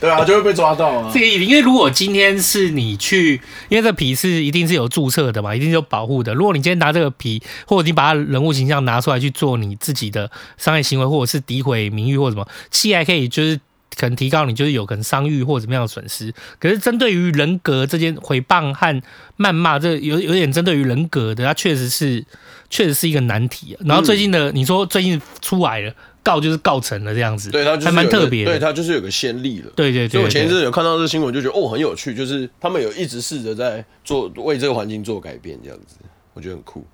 S3: 对啊，就会被抓到啊
S2: 这。个因为如果今天是你去，因为这皮是一定是有注册的嘛，一定是有保护的。如果你今天拿这个皮，或者你把它人物形象拿出来去做你自己的商业行为，或者是诋毁名誉或者什么，企业还可以就是可能提高你就是有可能商誉或者怎么样的损失。可是针对于人格这件诽谤和谩骂，这有有点针对于人格的，它确实是确实是一个难题。啊然后最近
S3: 嗯
S2: 的、你说最近出来了，告就是告成了这样子，
S3: 对他就是
S2: 还蛮
S3: 有个
S2: 特别的
S3: 对。他就是有个先例了。
S2: 对对对
S3: 所以我前一
S2: 对
S3: 阵有看到这个新闻，就觉得哦很有趣，就是他们有一直试着在做为这个环境做改变，这样子，我觉得很酷。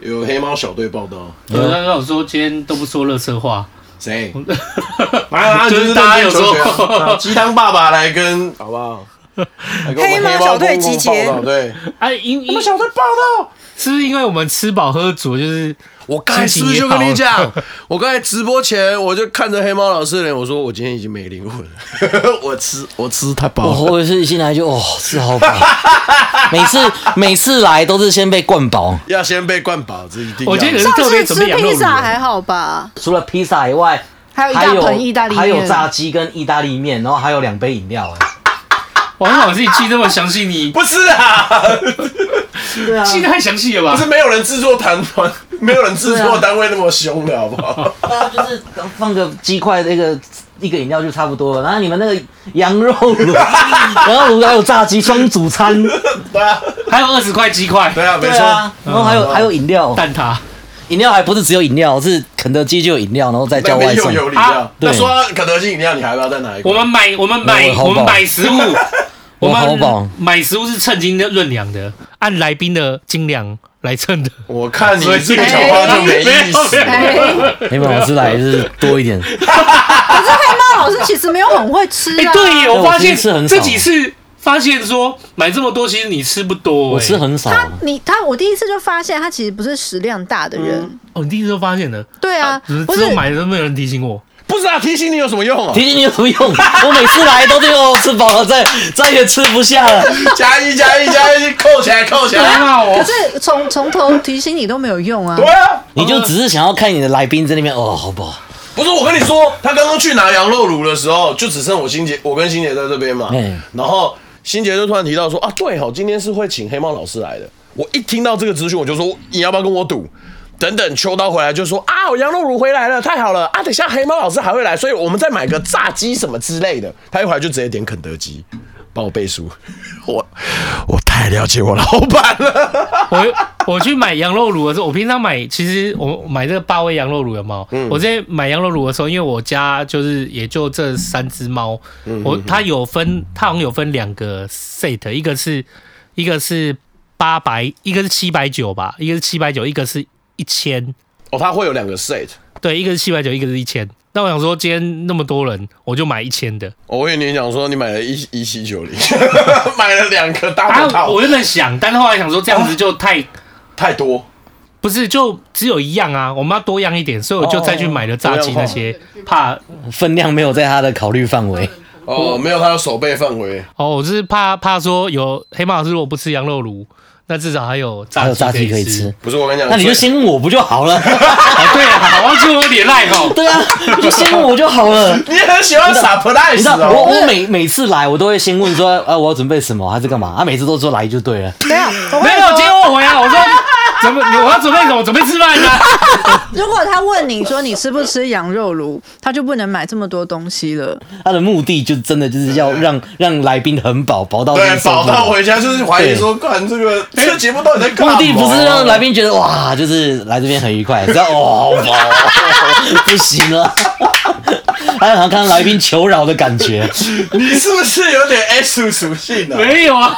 S3: 有黑猫小队报道，
S2: 有人跟我说今天都不说乐色话，
S3: 谁？ <laughs> 啊，
S2: 就是大家有时候
S3: 认真求学啊啊 <laughs> 鸡汤爸爸来跟好不好？来跟我们
S5: 黑猫
S3: 猫
S5: 小队
S3: 公公
S5: 集结
S3: 报道对，
S2: 哎，因
S3: 黑
S2: 因
S3: 猫小队报道。
S2: 是不是因为我们吃饱喝足，就是
S3: 我刚才是不是就跟你讲？ <laughs> 我刚才直播前我就看着黑猫老师的脸，我说我今天已经没灵魂了， <laughs> 我吃我吃太饱
S4: 哦，
S3: 了。
S4: 我也是一进来就哦吃好饱，每次每次来都是先被灌饱，
S3: 要先被灌饱，这一定要。
S2: 我觉得
S5: 上
S2: 特别
S5: 次
S2: 准备
S5: 吃
S2: 羊肉
S5: 披
S2: 炉
S5: 萨还好吧？
S4: 除了披萨以外，
S5: 还有一大盆意大利面
S4: 还有炸鸡跟意大利面，然后还有两杯饮料，哎，
S2: 王
S5: 啊
S2: 老师，你记这么详细，
S5: <laughs>
S2: 你
S3: 不是啊， <laughs>
S4: 对啊
S2: 记得太详细了
S3: 不是
S2: 吧？
S3: 没有人制作团团，没有人制作单位那么凶的好不 <laughs> 好？
S4: 大家就是放个鸡块，那个一个饮料就差不多了。然后你们那个羊肉卤， <laughs> 然后卤还有炸鸡双主餐，
S3: 对啊，
S2: 还有二十块鸡块
S3: 对啊，没
S4: 对
S3: 错
S4: 啊。，然后还有还有饮料，
S2: 蛋挞，
S4: 饮料还不是只有饮料，是肯德基就有饮料，然后再
S3: 那
S4: 叫外
S3: 边又
S4: 送。
S3: 有饮料
S2: 啊，
S3: 那
S4: 对
S3: 说到肯德基饮料，你还要再拿一个？
S2: 我们买我们买
S4: <laughs> 我好饱
S2: 我们买食物，我
S4: 哇好饱
S2: 们买食物是称斤的论两的，按来宾的斤两来称的。
S3: 我看你这个
S2: 所以
S3: 讲话就没
S2: 没
S3: 意
S2: 有
S3: 思。
S5: 哎，
S4: 黑马老师来是多一点，
S5: 那老师其实没有很会吃
S2: 哎、
S5: 啊，
S2: 对耶，我发
S4: 我其
S2: 现
S4: 实吃很少
S2: 这几次发现说买这么多，其实你吃不多、
S4: 我吃
S2: 哎
S4: 很少。
S5: 他你他，我第一次就发现他其实不是食量大的人，
S2: 哦，你第一次就发现的，
S5: 对啊，
S2: 只
S5: 不
S2: 只
S5: 是
S2: 有买的时候没有人提醒我。 <laughs>
S3: 不是啊，提醒你有什么用啊？
S4: 提醒你有什么用？我每次来都是哦，吃饱 <laughs> 了，再再也吃不下了。
S3: 加一加一加一，扣起来扣起 <laughs> 来。
S2: 骂
S5: 可
S2: 我，
S5: 是从从头提醒你都没有用啊
S3: 对，啊，
S4: 你就只是想要看你的来宾在那边哦，好不好？
S3: 不是我跟你说，他刚刚去拿羊肉炉的时候，就只剩我欣姐，我跟欣姐在这边嘛
S4: 嗯。
S3: 然后欣姐就突然提到说啊，对哦，今天是会请黑猫老师来的。我一听到这个资讯，我就说你要不要跟我赌？等等，秋刀回来就说啊，我羊肉炉回来了，太好了啊！等一下黑猫老师还会来，所以我们再买个炸鸡什么之类的。他一会儿就直接点肯德基，帮我背书。我我太了解我老板了。 <laughs>
S2: 我我去买羊肉炉的时候，我平常买，其实我买这个八味羊肉炉的猫，我在买羊肉炉的时候，因为我家就是也就这三只猫，我它有分，它好像有分两个 set，一个是一个是八百，一个是七百九吧，一个是七百九，一个是一千，
S3: 哦，他会有两个 set。
S2: 对，一个是七百九，一个是一千。那我想说，今天那么多人，我就买一千的
S3: 哦我跟你讲说，你买了一一七九零， <laughs> 买了两个大头
S2: 啊！
S3: 套，
S2: 我原本想，但是后来想说这样子就太
S3: 太多。
S2: 不是，就只有一样啊，我们要多样一点，所以我就再去买了炸鸡那些，怕
S4: 分量没有在他的考虑范围。
S3: 哦，没有，他有手背范围。
S2: 哦，我是怕怕说有黑马老师如果不吃羊肉炉，那至少还有
S4: 还
S2: 炸
S4: 有
S2: 鸡
S4: 炸鸡可以
S2: 吃
S4: 吃。，
S3: 不是我跟你讲，
S4: 那你就
S3: 最
S4: 先问我不就好了？
S2: 啊，对啊，我要吃我点赖哦。
S4: 对啊，你就先问我就
S3: <laughs>
S4: 好了。
S3: <laughs> 你很喜欢 surprise
S4: 你知道我
S3: 哦。
S4: 我每每次来，我都会先问说，啊，我要准备什么，还是干嘛？他啊每次都说来就对了。
S5: 没有，我
S2: 啊没
S5: 跟你
S2: 有，结
S5: 说，
S2: 果我回来我说怎么我要准备什么？准备吃饭啊。
S5: 如果他问你说你吃不吃羊肉炉，他就不能买这么多东西了。
S4: <laughs> 他的目的就真的就是要让让来宾很饱，饱到
S3: 对，
S4: 自己受
S3: 宝
S4: 不了
S3: 到回家就是怀疑说，看这个这个节目到底在干嘛？
S4: 目的不是让来宾觉得哇，就是来这边很愉快，只要哦，好饱哦 <laughs> 不行了，还有好像看到来宾求饶的
S3: <laughs>
S4: 感觉。
S3: <laughs> 你是不是有点 S 属性的？
S2: 没有啊，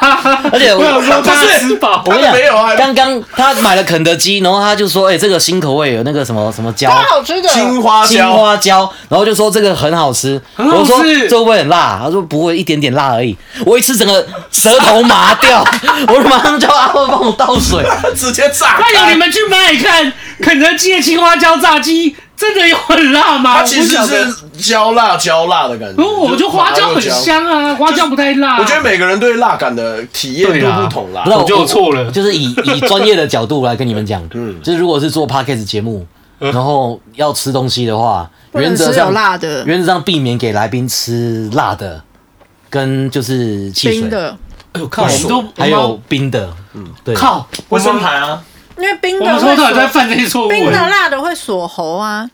S4: 而且我
S2: 我想说大
S3: 不
S2: 家
S3: 是
S2: 吃饱
S4: 我。跟你讲
S3: 没有啊
S4: 刚刚他买了肯德基，然后他就说：“哎、这个新口味有那个什么什么椒，
S5: 吃的
S3: 青花
S4: 青
S3: 椒，
S4: 花椒。”然后就说这个很好吃。
S2: 很好
S4: 我说
S2: 吃
S4: 这会不会很辣？他说不会，一点点辣而已。我一吃整个舌头麻
S2: <laughs>
S4: 掉，我马上叫阿慧帮我倒水。
S3: <laughs> 直接炸
S2: 快点，你
S3: 开。
S2: 们去买买看，肯德基的青花椒炸鸡真的有很辣吗？
S3: 它
S2: 我不
S3: 其实
S2: 晓得，
S3: 是椒辣椒辣的感觉。
S2: 不过我觉得花椒很
S3: 香。
S2: 香啊，花椒不太辣。
S3: 我觉得每个人对辣感的体验
S2: 对
S3: 度
S2: 啊
S3: 不同啦
S4: 不。是
S2: 我觉得我错了
S4: 就是以以专业的角度来跟你们讲，嗯，就是如果是做 podcast 节目，
S2: 嗯
S4: 然后要吃东西的话，
S5: 不能
S4: 原则
S5: 吃
S4: 上
S5: 有辣的
S4: 原则上避免给来宾吃辣的，跟就是汽
S5: 冰
S4: 水，
S5: 的，
S2: 哎呦靠，我们都
S4: 还有冰的，嗯，对，
S2: 靠，
S3: 卫生牌啊，
S5: 因为冰
S2: 我
S5: 的
S2: 们从
S5: 会
S2: 头到尾在
S5: 锁
S2: 犯这些错误。
S5: 冰的
S2: 哎
S5: 辣的会锁喉啊。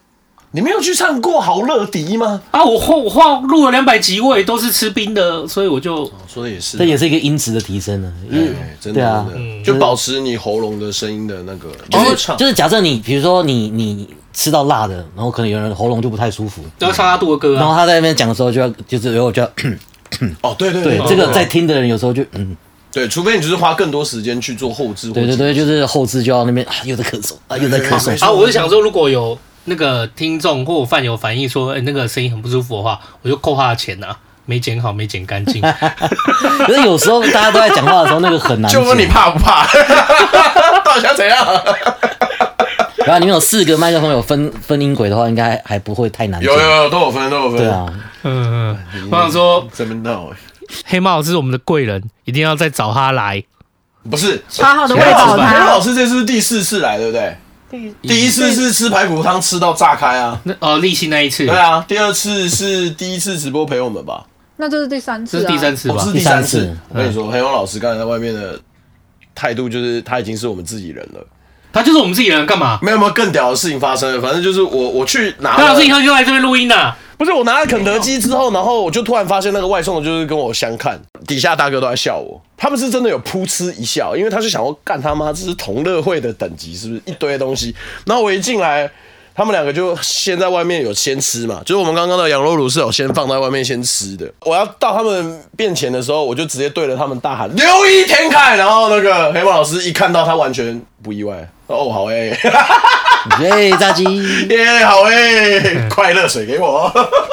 S3: 你没有去唱过好乐迪吗？
S2: 啊，我画我画录了两百集，我也都是吃冰的，所以我就
S3: 说的也是啊
S4: 这也是一个音质的提升啊呢，因为
S3: 哎真的
S4: 对啊
S3: 真，的就保持你喉咙的声音的那个
S4: 就
S3: 流
S4: 是
S3: 畅
S4: 就是假设你比如说你你吃到辣的，然后可能有人喉咙就不太舒服，
S2: 要唱阿杜的歌
S4: 然后
S2: 啊。
S4: 他在那边讲的时候就要就是有就要
S3: 哦，对对哦
S4: 对这个在听的人有时候就嗯。
S3: 对，除非你就是花更多时间去做后置或
S4: 对对
S3: 剪
S4: 对，就是后置就要那边啊，又在咳嗽啊，又在咳
S2: <laughs>
S4: 嗽。
S2: 啊，我是想说，如果有那个听众或我饭友反映说，哎、那个声音很不舒服的话，我就扣他的钱呐、啊，没剪好，没剪干净。
S4: 可是有时候大家都在讲话的时候，那个很难
S3: 就问你
S4: 解。
S3: 怕不
S4: <laughs>
S3: 怕？到底想怎样？
S4: 然后你们有四个麦克风有分分音轨的话，应该还还不会太难解。
S3: 有有有，都有分，都有分。
S4: 对，啊，
S2: <laughs> 嗯，我想说，
S3: 怎么闹？
S2: 黑猫老师是我们的贵人，一定要再找他来。
S3: 不是，
S5: 好好的喂
S3: 田老
S5: 饱
S3: 师，田老
S5: 他，
S3: 师这是第四次来，对不对？第一次是吃排骨汤吃到炸开啊，
S2: 那哦，立新那一次，
S3: 对啊。第二次是第一次直播陪我们吧，
S5: 那这是第三
S2: 这
S5: 次
S2: 是
S5: 啊，
S2: 第三次吧
S3: 哦，？是
S4: 第
S3: 第
S4: 三
S3: 三
S4: 次
S3: 次。我跟你说，黑龙老师刚才在外面的态度就是他已经是我们自己人了。
S2: 他就是我啊们自己人，干嘛？
S3: 没有没有更屌的事情发生了，反正就是我我去拿
S2: 他
S3: 了
S2: 老师以后就来这边录音呐、
S3: 不是我拿了肯德基之后，然后我就突然发现那个外送的就是跟我相看，底下大哥都在笑我，他们是真的有噗嗤一笑，因为他是想要干他妈，这是同乐会的等级是不是？一堆东西，然后我一进来。他们两个就先在外面有先吃嘛，就是我们刚刚的羊肉炉是有先放在外面先吃的。我要到他们面前的时候，我就直接对着他们大喊“刘一天凯”，然后那个黑豹老师一看到他完全不意外，哦，好哎、
S4: 耶，炸鸡，
S3: <laughs> 耶、好哎、 <laughs> 快乐水给我， <laughs>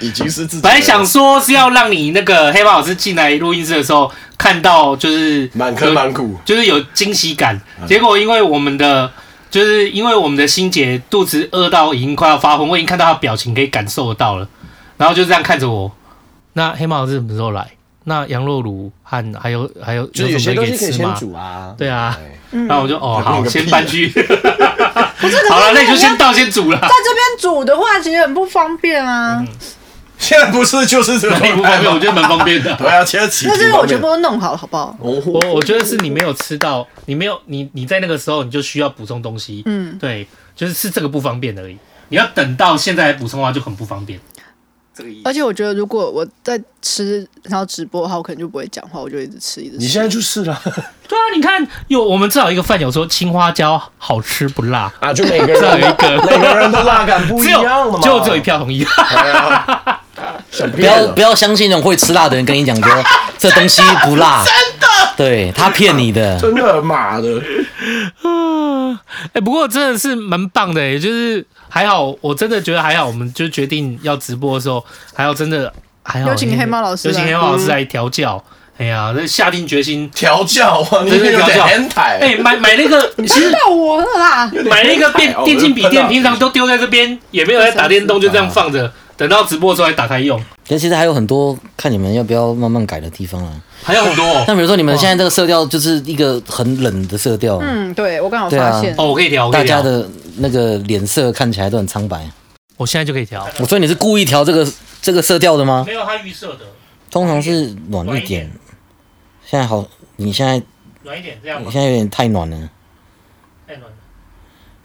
S3: 已经是自己的
S2: 本来想说是要让你那个黑豹老师进来录音室的时候看到，就是
S3: 满坑满嗯谷
S2: 有就是有惊喜感。结果因为我们的，就是因为我们的心姐肚子饿到已经快要发昏，我已经看到她表情可以感受得到了，然后就这样看着我。那黑豹老师什么时候来？那羊肉炉和还有还有
S3: 就是有
S2: 有什么可
S3: 些东西可以
S2: 吃
S3: 先
S2: 吗？
S3: 煮啊，
S2: 对啊
S3: 哎，
S2: 然后我就哦
S3: 还
S2: 好，
S3: 弄个
S2: 先
S3: 屁啊
S2: 搬去。 <laughs>
S5: 是
S2: 好了，那你就
S5: 你
S2: 先
S5: 要
S2: 到先煮啦
S3: <laughs>
S5: 在。这边煮的话，其实很不方便
S2: 嗯
S5: 啊。
S3: <laughs> 现在不是就是
S2: <laughs>
S3: 这个
S2: 哪里不方便？我觉得蛮方便的。
S3: 对啊，现在起
S5: 那这
S3: 挺
S5: 个
S3: 方
S5: 我全
S3: 便
S5: 部都弄好了，好不好？
S2: <laughs>
S3: 哦
S2: 我我觉得是你没有吃到，你没有你你在那个时候你就需要补充东西，
S5: 嗯，
S2: 对，就是是这个不方便而已。你要等到现在补充的话就很不方便。这个意
S5: 而且我觉得，如果我在吃，然后直播的话，我可能就不会讲话，我就一直吃，一直吃。
S3: 你现在就是了
S2: 对啊，你看有我们至少一个饭友说青花椒好吃不辣，
S3: 啊，就
S2: <laughs>
S3: 每个
S2: 至少有
S3: 人
S2: 一个，
S3: 每个人的辣感不一
S2: 只
S3: 样了
S2: 有
S3: 嘛，
S2: 就只有一票同意。 <laughs>
S3: 哎呀。 <laughs> 想
S4: 不
S3: 骗
S4: 要
S3: 了
S4: 不要相信那种会吃辣的人跟你讲说这东西不辣，真的，对他骗你的。
S3: 真的妈的，
S2: 哎、不过真的是蛮棒的、也就是还好，我真的觉得还好，我们就决定要直播的时候，还好真的还好，
S5: 有请黑猫老师
S2: 有请
S5: 来
S2: 黑猫老师来调教。哎呀，那下定决心，
S3: 调教啊，你
S2: 真的
S3: 有
S2: 调教
S3: 点变态。
S2: 哎、买买那个，其实
S5: 到我了啦！
S2: 买那个电
S3: 哎我
S2: 电竞笔
S3: 碰
S2: 电，
S3: 到
S2: 平常都丢在这边，也没有在打电动，就这样放着，等到直播的时候还打开用，
S4: 但其实还有很多看你们要不要慢慢改的地方啊。
S2: 还有很多哦。 <laughs>
S4: 像比如说你们现在这个色调就是一个很冷的色调，
S5: 嗯，对，我刚好
S4: 对啊
S5: 发现，
S2: 哦，我可以调，我可
S4: 大
S2: 以
S4: 家
S2: 调，
S4: 的那个脸色看起来都很苍白。
S2: 我现在就可以调。
S4: 我说你是故意调这个这个色调的吗？
S2: 没有，它预设的，
S4: 通常是暖一点。现在好，你现在
S2: 软一点，这样
S4: 你现在有点太暖了。
S2: 太软了，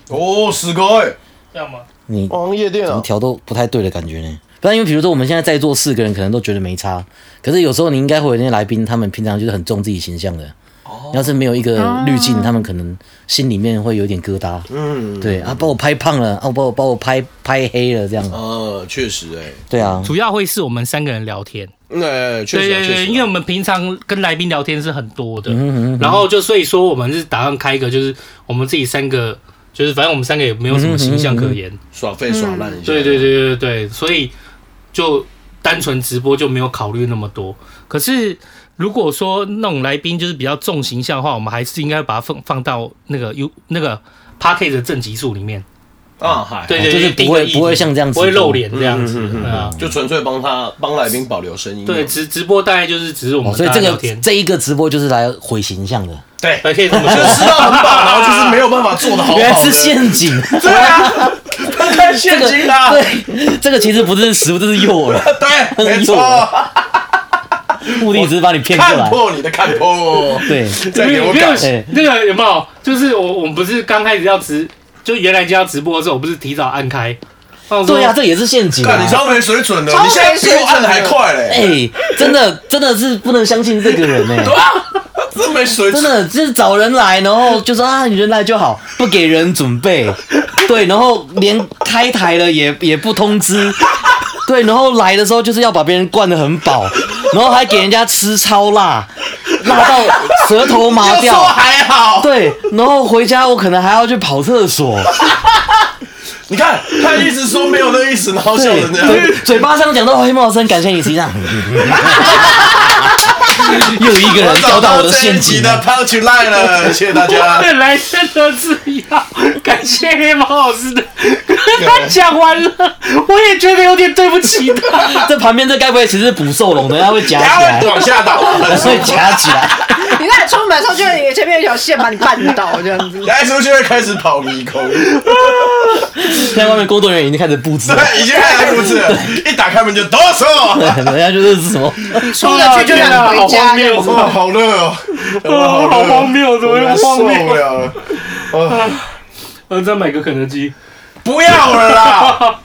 S3: 哦，死哥哎，
S2: 这样吗？
S4: 你
S3: 王夜店
S4: 怎么
S2: 嗯
S3: 啊，
S4: 调都不太对的感觉呢。不然，因为比如说我们现在在座四个人，可能都觉得没差，可是有时候你应该会有那些来宾，他们平常就是很重自己形象的。要是没有一个滤镜，他们可能心里面会有点疙瘩。
S3: 嗯，
S4: 对啊，把我拍胖了，啊，把我把我拍拍黑了，这样。
S3: 呃，确实哎，
S4: 对啊，
S2: 主要会是我们三个人聊天，
S3: 那确
S2: 对
S3: 实啊
S2: 对
S3: 确
S2: 对，
S3: 实
S2: 因为
S3: 啊，
S2: 我们平常跟来宾聊天是很多的，
S4: 嗯嗯嗯
S2: 然后就所以说我们是打算开一个，就是我们自己三个，就是反正我们三个也没有什么形象可言，
S3: 耍废耍烂一下，
S2: 嗯对对，对对对，所以就单纯直播就没有考虑那么多。可是如果说那种来宾就是比较重形象的话，我们还是应该把它放放到那个 U 那个 p a c k a g e 的正极数里面。
S3: 啊嗨，
S2: 对
S4: 哦
S2: 对
S4: 就是
S2: 对，
S4: 不会
S2: 定个议题
S4: 不会像这样子
S2: 不会露脸这样子
S3: 嗯嗯嗯嗯。
S2: 对啊，
S3: 就纯粹帮他帮来宾保留声音嘛，
S2: 对直直播大概就是只是我
S4: 哦
S2: 们
S4: 所以
S2: 大家
S4: 这
S2: 聊
S4: 个
S2: 天，哎
S4: 这一个直播就是来毁形象的，
S3: 对，
S2: 还可以这么
S4: <laughs>
S3: 就
S2: 说。
S3: 吃到很饱，然后就是没有办法做的好好的，哎
S4: 原来是陷阱。
S3: 哦对啊，他开现金啦，
S4: 对，这个其实不是食物，这是诱饵，
S3: 对，没
S4: 诱
S3: 错
S4: 饵。目的只是把你骗过
S3: 看
S4: 来。
S3: 破你的看破，
S4: 对，
S3: 再
S2: 没
S3: 给
S2: 有
S3: 我
S2: 没有
S3: 搞。
S4: 哎
S2: 那个有没有？就是我我们不是刚开始要直，就原来就要直播的时候，我不是提早按开。放说
S4: 对啊，这也是陷阱啊
S3: 干，。你超没水准的，
S5: 超
S3: 你现在
S5: 没
S3: 比
S5: 水
S3: 我
S5: 准
S3: 按的还快嘞！
S4: 哎、真的真的是不能相信这个人哎、
S3: 真没 <laughs> 水
S4: 真
S3: 准，
S4: 的就是找人来，然后就说啊，你人来就好，不给人准备，对，然后连开台了也也不
S3: <laughs>
S4: 通知，对，然后来的时候就是要把别人灌得很饱，然后还给人家吃超辣，辣到舌头麻
S3: <laughs> 要说
S4: 掉，
S3: 还好。
S4: 对，然后回家我可能还要去跑厕所，
S3: 你看他一直说没有那意思，然后笑
S4: 对，
S3: 成这样。
S4: 嘴嘴巴上讲到黑猫声，感谢你，
S3: <laughs>
S4: 实际上又一个人掉
S3: 找
S4: 到
S3: 到
S4: 我的
S3: 这
S4: 陷
S3: 一集
S4: 阱
S3: 的
S4: 了。
S3: punch line 了，谢谢大
S2: 我
S3: 家。
S2: 本来真的是要感谢黑猫老师的，他讲完了，我也觉得有点对不起他。
S4: <laughs> 这旁边这该不会其实是捕兽笼的，它会夹
S3: 他
S4: 起来
S3: 会，往下倒，很
S4: <laughs> 所
S3: 帅
S4: 以夹起来。
S5: 你看出门的时候，就有前面有一条线把你绊倒这样子。
S3: 来出去会开始跑迷宫，
S4: 现在外面工作人员已经开始布置了，
S3: 对，已经开始布置了。一打开门就哆嗦，
S4: 人家就是什么，
S2: 出
S5: 了去就想回
S4: 啊
S5: 家
S2: 啊好荒谬，
S3: 哇，好热哦，
S2: 啊好荒
S3: 谬，
S2: 谬，怎么 <laughs> 嗯
S3: 我
S2: 那么
S3: 受
S2: 荒
S3: 不
S2: 谬？
S3: 了了。
S2: 我再买个肯德基，
S3: 不要了 <laughs> 啦，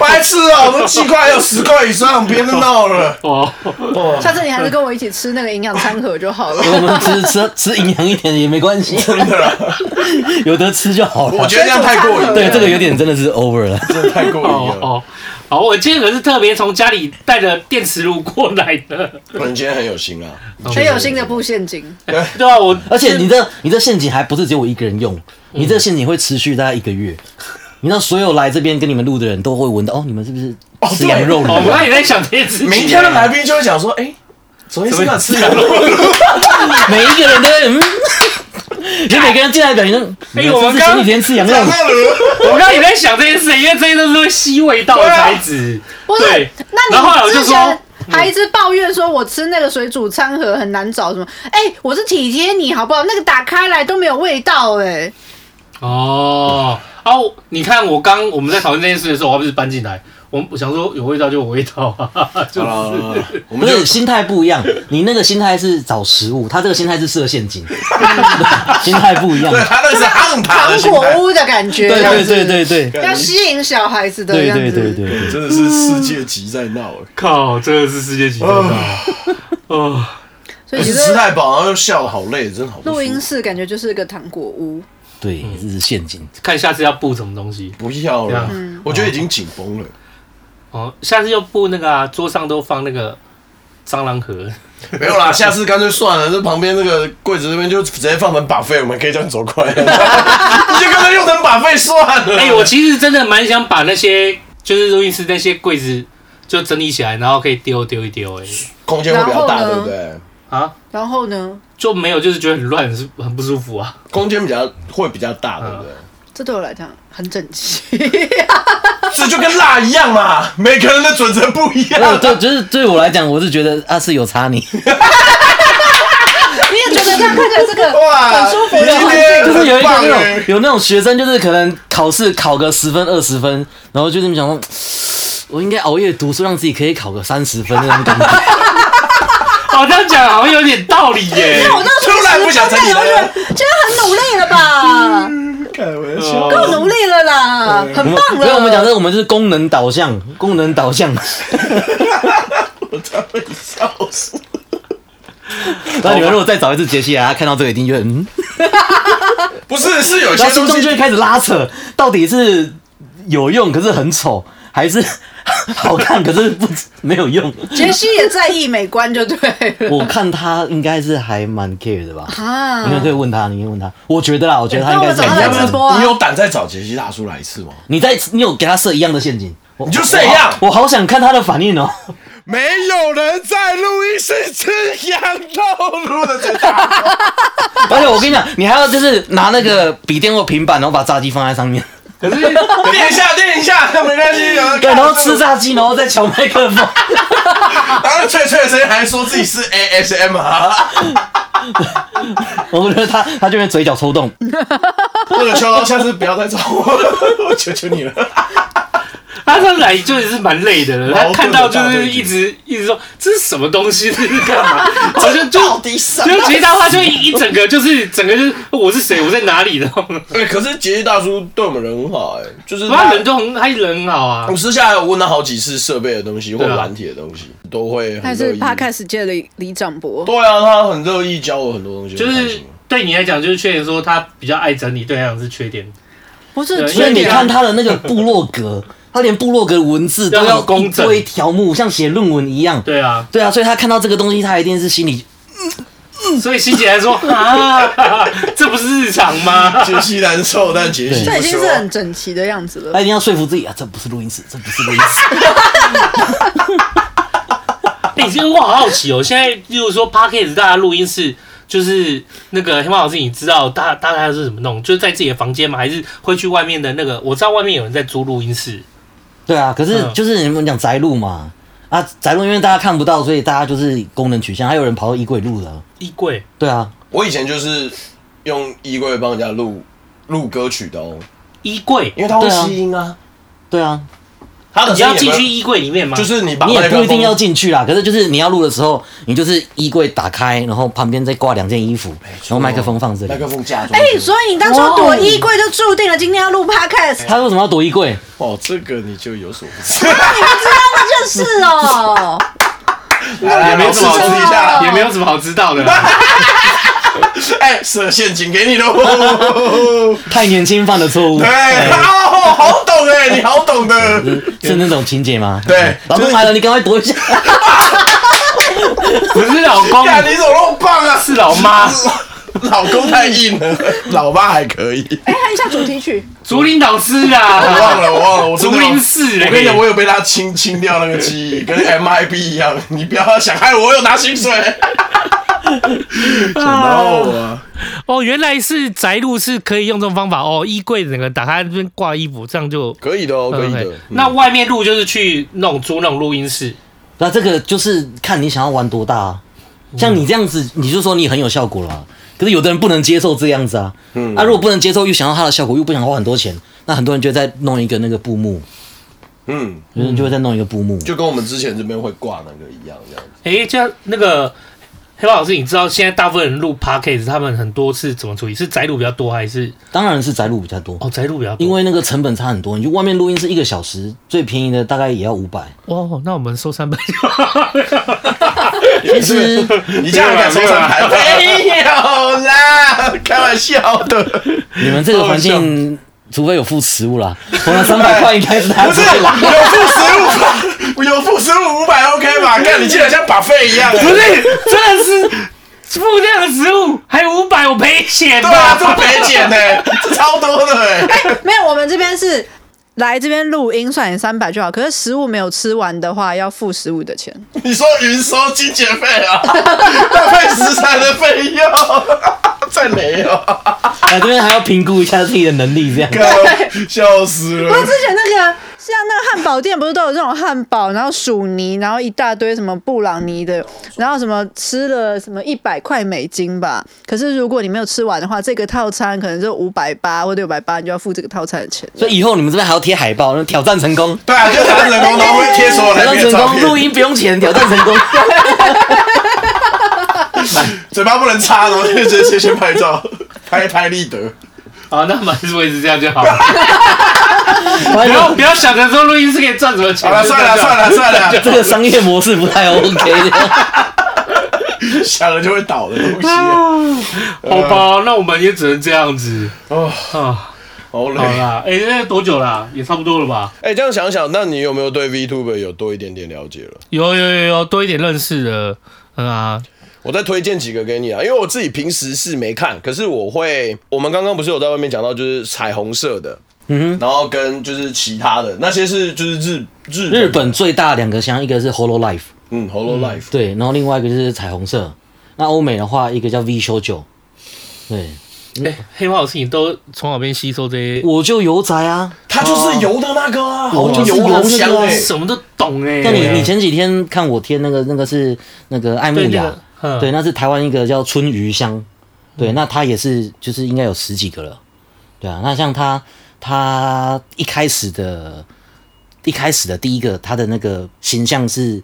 S3: 白痴啊！我们七块还有十块以上，别再闹了。
S2: 哦，哦
S5: 下次你还是跟我一起吃那个营养餐盒就好了。
S4: 我们吃吃吃营养一点也没关系， <laughs> 真的，有得吃就好
S3: 我
S4: 了。
S3: 觉得这样太过瘾了，
S4: 哦对，这个有点真的是 over 了。
S3: 真的太过
S2: 哦
S3: 瘾了。
S2: 哦，好，我今天可是特别从家里带着电磁炉过来的，
S3: 不然今天很有心啊，
S5: 很有新的布陷阱，
S2: <laughs> 对吧、我哦
S4: 而且你的你的陷阱还不是只有我一个人用，你这个陷阱会持续大概一个月。你知道所有来这边跟你们录的人都会闻到哦，你们是不是吃羊肉
S2: 哦我刚
S4: 了？
S2: 才也在想这件事情，
S3: 明天的来宾就会讲说，哎，昨天是想吃羊啊肉，
S4: 每一个人都会嗯，你每个人进来的表情都，
S2: 哎
S4: 你
S2: 我们
S4: 是不是前
S2: 刚
S4: 几天吃羊肉
S3: 羊
S4: 了，
S3: <laughs> 肉
S2: 我刚刚也在想这件事情，因为这些都是会吸味道的材质。
S5: 不是
S2: 对，？
S5: 那
S2: 然后后来我
S5: 你
S2: 就
S5: 之
S2: 说
S5: 前，还一直抱怨说我吃那个水煮餐盒很难找什么？哎、我是体贴你好不好？那个打开来都没有味道哎、
S2: 哦，啊，我你看我刚我们在讨论这件事的时候，我还不是搬进来，我我想说有味道就有味道啊， <laughs> 就
S3: 好
S2: 是
S3: 了，我
S4: 不
S3: 们就是
S4: 心态不一样，你那个心态是找食物，他这个心态是设陷
S3: <laughs>
S4: 阱，对心态不一样
S3: 对。他那是暗塔的
S5: 糖
S3: 心态
S5: 果，屋的感觉，
S4: 对
S5: 这样
S4: 对
S5: 子
S4: 对对对
S5: <laughs> 要吸引小孩子的
S4: 对
S5: 样
S4: 对
S5: 子。
S4: 对对对。
S3: 真的是世界级在闹。哎
S2: 靠，真的是世界级的啊 <laughs> 哦，
S3: 而
S5: 所以
S3: 且
S5: 觉
S3: 吃
S5: 得
S3: 太饱，然后又笑得好累，真的好不舒服。
S5: 录音室感觉就是一个糖果屋。
S4: 对，这是陷阱。
S3: 嗯
S2: 看下次要布什么东西
S3: 不要
S2: 这样
S3: 了，我觉得已经紧绷了。
S2: 哦，下次要布那个啊，桌上都放那个蟑螂盒， <laughs>
S3: <laughs> 没有啦，下次干脆算了，这旁边那个柜子那边就直接放成把费，我们可以这样走快。你就干脆用成把费算了。
S2: 哎、我其实真的蛮想把那些就是录音室那些柜子就整理起来，然后可以丢丢一丢、哎，
S3: 空间会比较大，
S5: 然后
S3: 对
S5: 呢
S3: 不对？
S2: 啊，
S5: 然后呢，
S2: 就没有，就是觉得很乱，是很不舒服啊。 <laughs>
S3: 空间比较会比较大，对不对？
S5: 这对我来讲很整齐。
S3: 这就跟辣一样嘛， <laughs> 每个人的准则不一
S4: 对
S3: 样。
S4: 对，就是对我来讲，我是觉得啊是有差你， <laughs>
S5: 你也觉得这样看起来是 <laughs> 个
S3: 哇，
S5: 很舒服
S3: 今
S5: 的环境
S3: 天
S4: 啊就是有
S3: 很
S4: 一个
S3: 棒
S4: 那种
S3: 哎
S4: 有那种学生，就是可能考试考个十分二十分，然后就这么想说， <sniffs> 我应该熬夜读书，让自己可以考个三十分那种感觉。
S2: 哦，这样讲好像有点道理耶、
S5: 那我那时候
S3: 突然不想参与
S5: 我觉得
S3: 了。
S5: 觉得很努力了吧，
S3: 哦
S5: 够努力了啦，
S4: 我
S5: 很
S4: 们
S5: 棒
S4: 所以
S5: 了。
S4: 我们讲的，我们是功能导向，功能导向。
S3: 我他妈笑死！
S4: 然后你们如果再找一次杰西啊，他看到这个一定觉得嗯，
S3: 不是，是有
S4: 然
S3: 些
S4: 后
S3: 东
S4: 心中就
S3: 西
S4: 会开始拉扯，到底是有用可是很丑，还是好看可是不没有用？
S5: 杰西也在意美观，就对了。
S4: 我看他应该是还蛮 care 的吧。
S5: 啊
S4: 你可以问他，你可以问他。我觉得啦，我觉得他应该是
S5: 那我找他
S4: 很
S5: 来直
S4: 认真
S5: 播啊
S3: 你有胆再找杰西大叔来一次吗？
S4: 你在你有给他设一样的陷阱，我
S3: 你就设一样
S4: 我好我好想看他的反应哦。
S3: 没有人在录音室吃羊肉录的最大。
S4: <laughs> 而且我跟你讲，你还要就是拿那个笔电或平板，然后把炸鸡放在上 <laughs> 面，
S2: 可是
S3: <laughs> 练一下，练一下，没关系。有人
S4: 对，
S3: 看
S4: 然后吃，炸鸡，然后再敲麦克 <laughs> 风。
S3: 然后脆脆的声音还说自己是 ASM 啊，
S4: 我觉得他他就会嘴角抽动，
S3: 我求饶，下次不要再找我了，我求求你了。
S2: 他上次来就是蛮累的了，
S3: 矛盾
S2: 他
S3: 的
S2: 看到就
S3: 大对
S2: 是
S3: 决
S2: 一直一直说这是什么东西，这是干嘛？ <laughs> 好像就
S3: 到底什
S2: 就其实他就一整个就是整个就是我是谁，我在哪里的，
S3: <laughs> 对，哎可是杰西大叔对我们人很好哎、就是
S2: 他人都很他人很好啊
S3: 我。私下还有问他好几次设备的东西或
S2: 对啊
S3: 软体的东西，都会
S5: 他
S3: 很乐
S5: 是
S3: 意。
S5: Podcast 界的李长博，
S3: 对啊，他很乐意教我很多东西，
S2: 就
S3: 我很开
S2: 是
S3: 心
S2: 对你来讲就是缺点，说他比较爱整理，对他来讲是缺点。
S5: 不是
S2: 对
S4: 所以
S5: 缺
S4: 你
S5: 点
S4: 看他的那个部落 <laughs> 格，他连部落格文字都
S2: 要
S4: 要
S2: 很工
S4: 一
S2: 整
S4: 堆条目，像写论文一样。
S2: 对啊，
S4: <laughs> 对啊，所以他看到这个东西，他一定是心里
S2: 所以欣姐还说嗯 <laughs> 啊， <laughs> 这不是日常 <laughs> 吗？
S3: 杰西难受，但杰西
S5: 这已
S3: 不
S5: 经
S3: 说
S5: 是很整齐的样子了
S4: 他。一定要说服自己啊，这不是录音室，这不是录音室。 <laughs>
S2: 哎、其实我好好奇哦，现在例如说 p a c k a g e 大家录音室，就是那个黑猫老师，你知道大大概是怎么弄？就是在自己的房间吗？还是会去外面的那个？我知道外面有人在租录音室，
S4: 对啊，可是
S2: 嗯
S4: 就是你们讲宅录嘛，啊，宅录因为大家看不到，所以大家就是功能取向，还有人跑到衣柜录的啊。
S2: 衣柜
S4: 对啊，
S3: 我以前就是用衣柜帮人家录录歌曲的哦，
S2: 衣柜
S3: 因为它会
S4: 对啊
S3: 吸音啊。
S4: 对啊，
S3: 他的
S6: 你要
S3: 声
S6: 进
S3: 音也
S6: 去
S3: 没有
S6: 衣柜里面吗？
S3: 就是你把
S4: 你也
S3: 麦克
S4: 不一定
S3: 风哦
S4: 要进去啦，可是就是你要录的时候，你就是衣柜打开，然后旁边再挂两件衣服，然后麦克风放这
S3: 麦克
S4: 里。
S3: 风架
S5: 哎、
S3: 装。
S5: 所以你当初躲衣柜就注定了今天要录 podcast，
S4: 他为什么要躲衣柜？
S3: 哦，这个你就有所不 <laughs> 知，
S5: 哎就是 <laughs> 哦。
S3: 哎
S6: 也哎没有什么好
S3: 来来
S6: 知
S3: 来
S6: 道，
S3: 我
S6: 也没有什么好知道的啦。
S3: 哎，设陷阱给你喽。
S4: 太年轻犯的错误，
S3: 哎，哦，好懂哎，你好懂的。
S4: 是那种情节吗？
S3: 对
S4: 老公来了，你赶快躲一下。 <laughs>
S6: 不是老公，
S3: 呀，你怎么那么棒啊？
S6: 是老 <laughs> 妈。
S3: <laughs> 老公太硬了， <laughs> 老爸还可以。
S5: 哎、看一下主题曲，
S6: 竹林导师
S2: 啊
S3: 哎我
S6: 啦，
S3: 忘了，我忘了，我真的
S6: 竹林寺欸
S3: 我跟你讲，我有被他清清掉那个记忆，跟 MIB 一样。你不要想害我，我有拿薪水。 <laughs> 想到我啊，
S2: 哦，原来是宅路是可以用这种方法哦，衣柜整个打开这边挂衣服，这样就
S3: 可以的哦，可以的
S2: OK。
S6: 呃那外面录就是去弄租那种录音室，
S4: 那这个就是看你想要玩多大
S3: 嗯
S4: 啊。像你这样子，你就说你很有效果了啊。可是有的人不能接受这样子啊。嗯。啊，如果不能接受，又想要他的效果，又不想花很多钱，那很多人就会再弄一个那个布幕，
S3: 嗯，
S4: 有人就会再弄一个布幕。
S3: 就跟我们之前这边会挂那个一样，这样子。
S6: 诶，这样那个黑豹老师，你知道现在大部分人录 podcast，他们很多是怎么处理？是宅录比较多，还是
S4: 当然是宅录比较多，
S6: 哦宅录比较多？
S4: 因为那个成本差很多。你就外面录音是一个小时，最便宜的大概也要五百。
S2: 哦，那我们收三百。
S4: 其实
S3: <laughs> 你这样敢收上台？没哎有啦，开玩笑的。
S4: 你们这个环境，除非有付食物啦，我那三百块应该是他
S3: 不
S4: 自
S3: 啊是
S4: 己
S3: 有 <laughs>
S4: 啦。
S3: 付十五，有付十五五百 OK 吧？看你竟然像把费一样，欸不
S6: 不是，真的是付这样的食物，还有五百我赔钱
S3: 对啊，
S6: 吧？
S3: 这赔钱呢，这超多的哎、
S5: 没有，我们这边是来这边录音，算你三百就好。可是食物没有吃完的话，要付食物的钱。
S3: 你说云收清洁费啊，浪费食材的费用， <laughs> 再没有，
S4: 哎，这边还要评估一下自己的能力，
S3: <laughs>
S4: 这样。
S3: 看笑死
S5: 不是
S3: 了
S5: 之。前那个像那个汉堡店，不是都有这种汉堡，然后薯泥，然后一大堆什么布朗尼的，然后什么吃了什么一百块美金吧。可是如果你没有吃完的话，这个套餐可能就五百八或六百八，你就要付这个套餐的钱。
S4: 所以以后你们这边还要贴海报，那挑战成功，
S3: 对啊，就打成功，然后会贴所有来
S4: 挑战
S3: 宾的
S4: 成
S3: 照
S4: 功，录
S3: 片，
S4: 音不用钱，挑战成
S3: <laughs>
S4: 功。
S3: 嘴巴不能插，然后就直接先拍照， <laughs> 拍拍立得。
S6: 好，那满是维持这样就好了，
S4: 完
S6: 不
S4: 了
S6: 要不要想着说录音室可以赚什么钱。
S3: 好了，算了算了算了，
S4: 这个商业模式不太 OK 的。
S3: 想 <laughs> 了就会倒的东西，啊
S6: 好吧，那我们也只能这样子
S3: 哦，
S6: 啊。
S3: 好
S6: 好
S3: 累。
S6: 啦，哎，那多久啦？也差不多了吧？
S3: 哎、这样想想，那你有没有对 VTuber 有多一点点了解了？
S2: 有有有有多一点认识的，嗯啊，
S3: 我再推荐几个给你啊，因为我自己平时是没看，可是我会，我们刚刚不是有在外面讲到，就是彩虹色的，嗯，然后跟就是其他的那些是就是日日
S4: 日本最大两个箱，一个是 Holo Life，
S3: 嗯 Holo Life，、
S4: 对，然后另外一个就是彩虹色。那欧美的话，一个叫 V 修九，对，
S6: 哎，黑豹老师，你都
S2: 从哪边吸收这些？
S4: 我就油宅啊。
S3: 它就是油的那个啊，好
S4: 哦
S3: 油油香哎、
S6: 什么都懂哎。
S4: 那你你前几天看我贴那个那个是那个爱慕
S6: 对那
S4: 雅
S6: 个，嗯
S4: 对，那是台湾一个叫春鱼香，对，那它也是就是应该有十几个了，对啊，那像它它一开始的，一开始的第一个它的那个形象是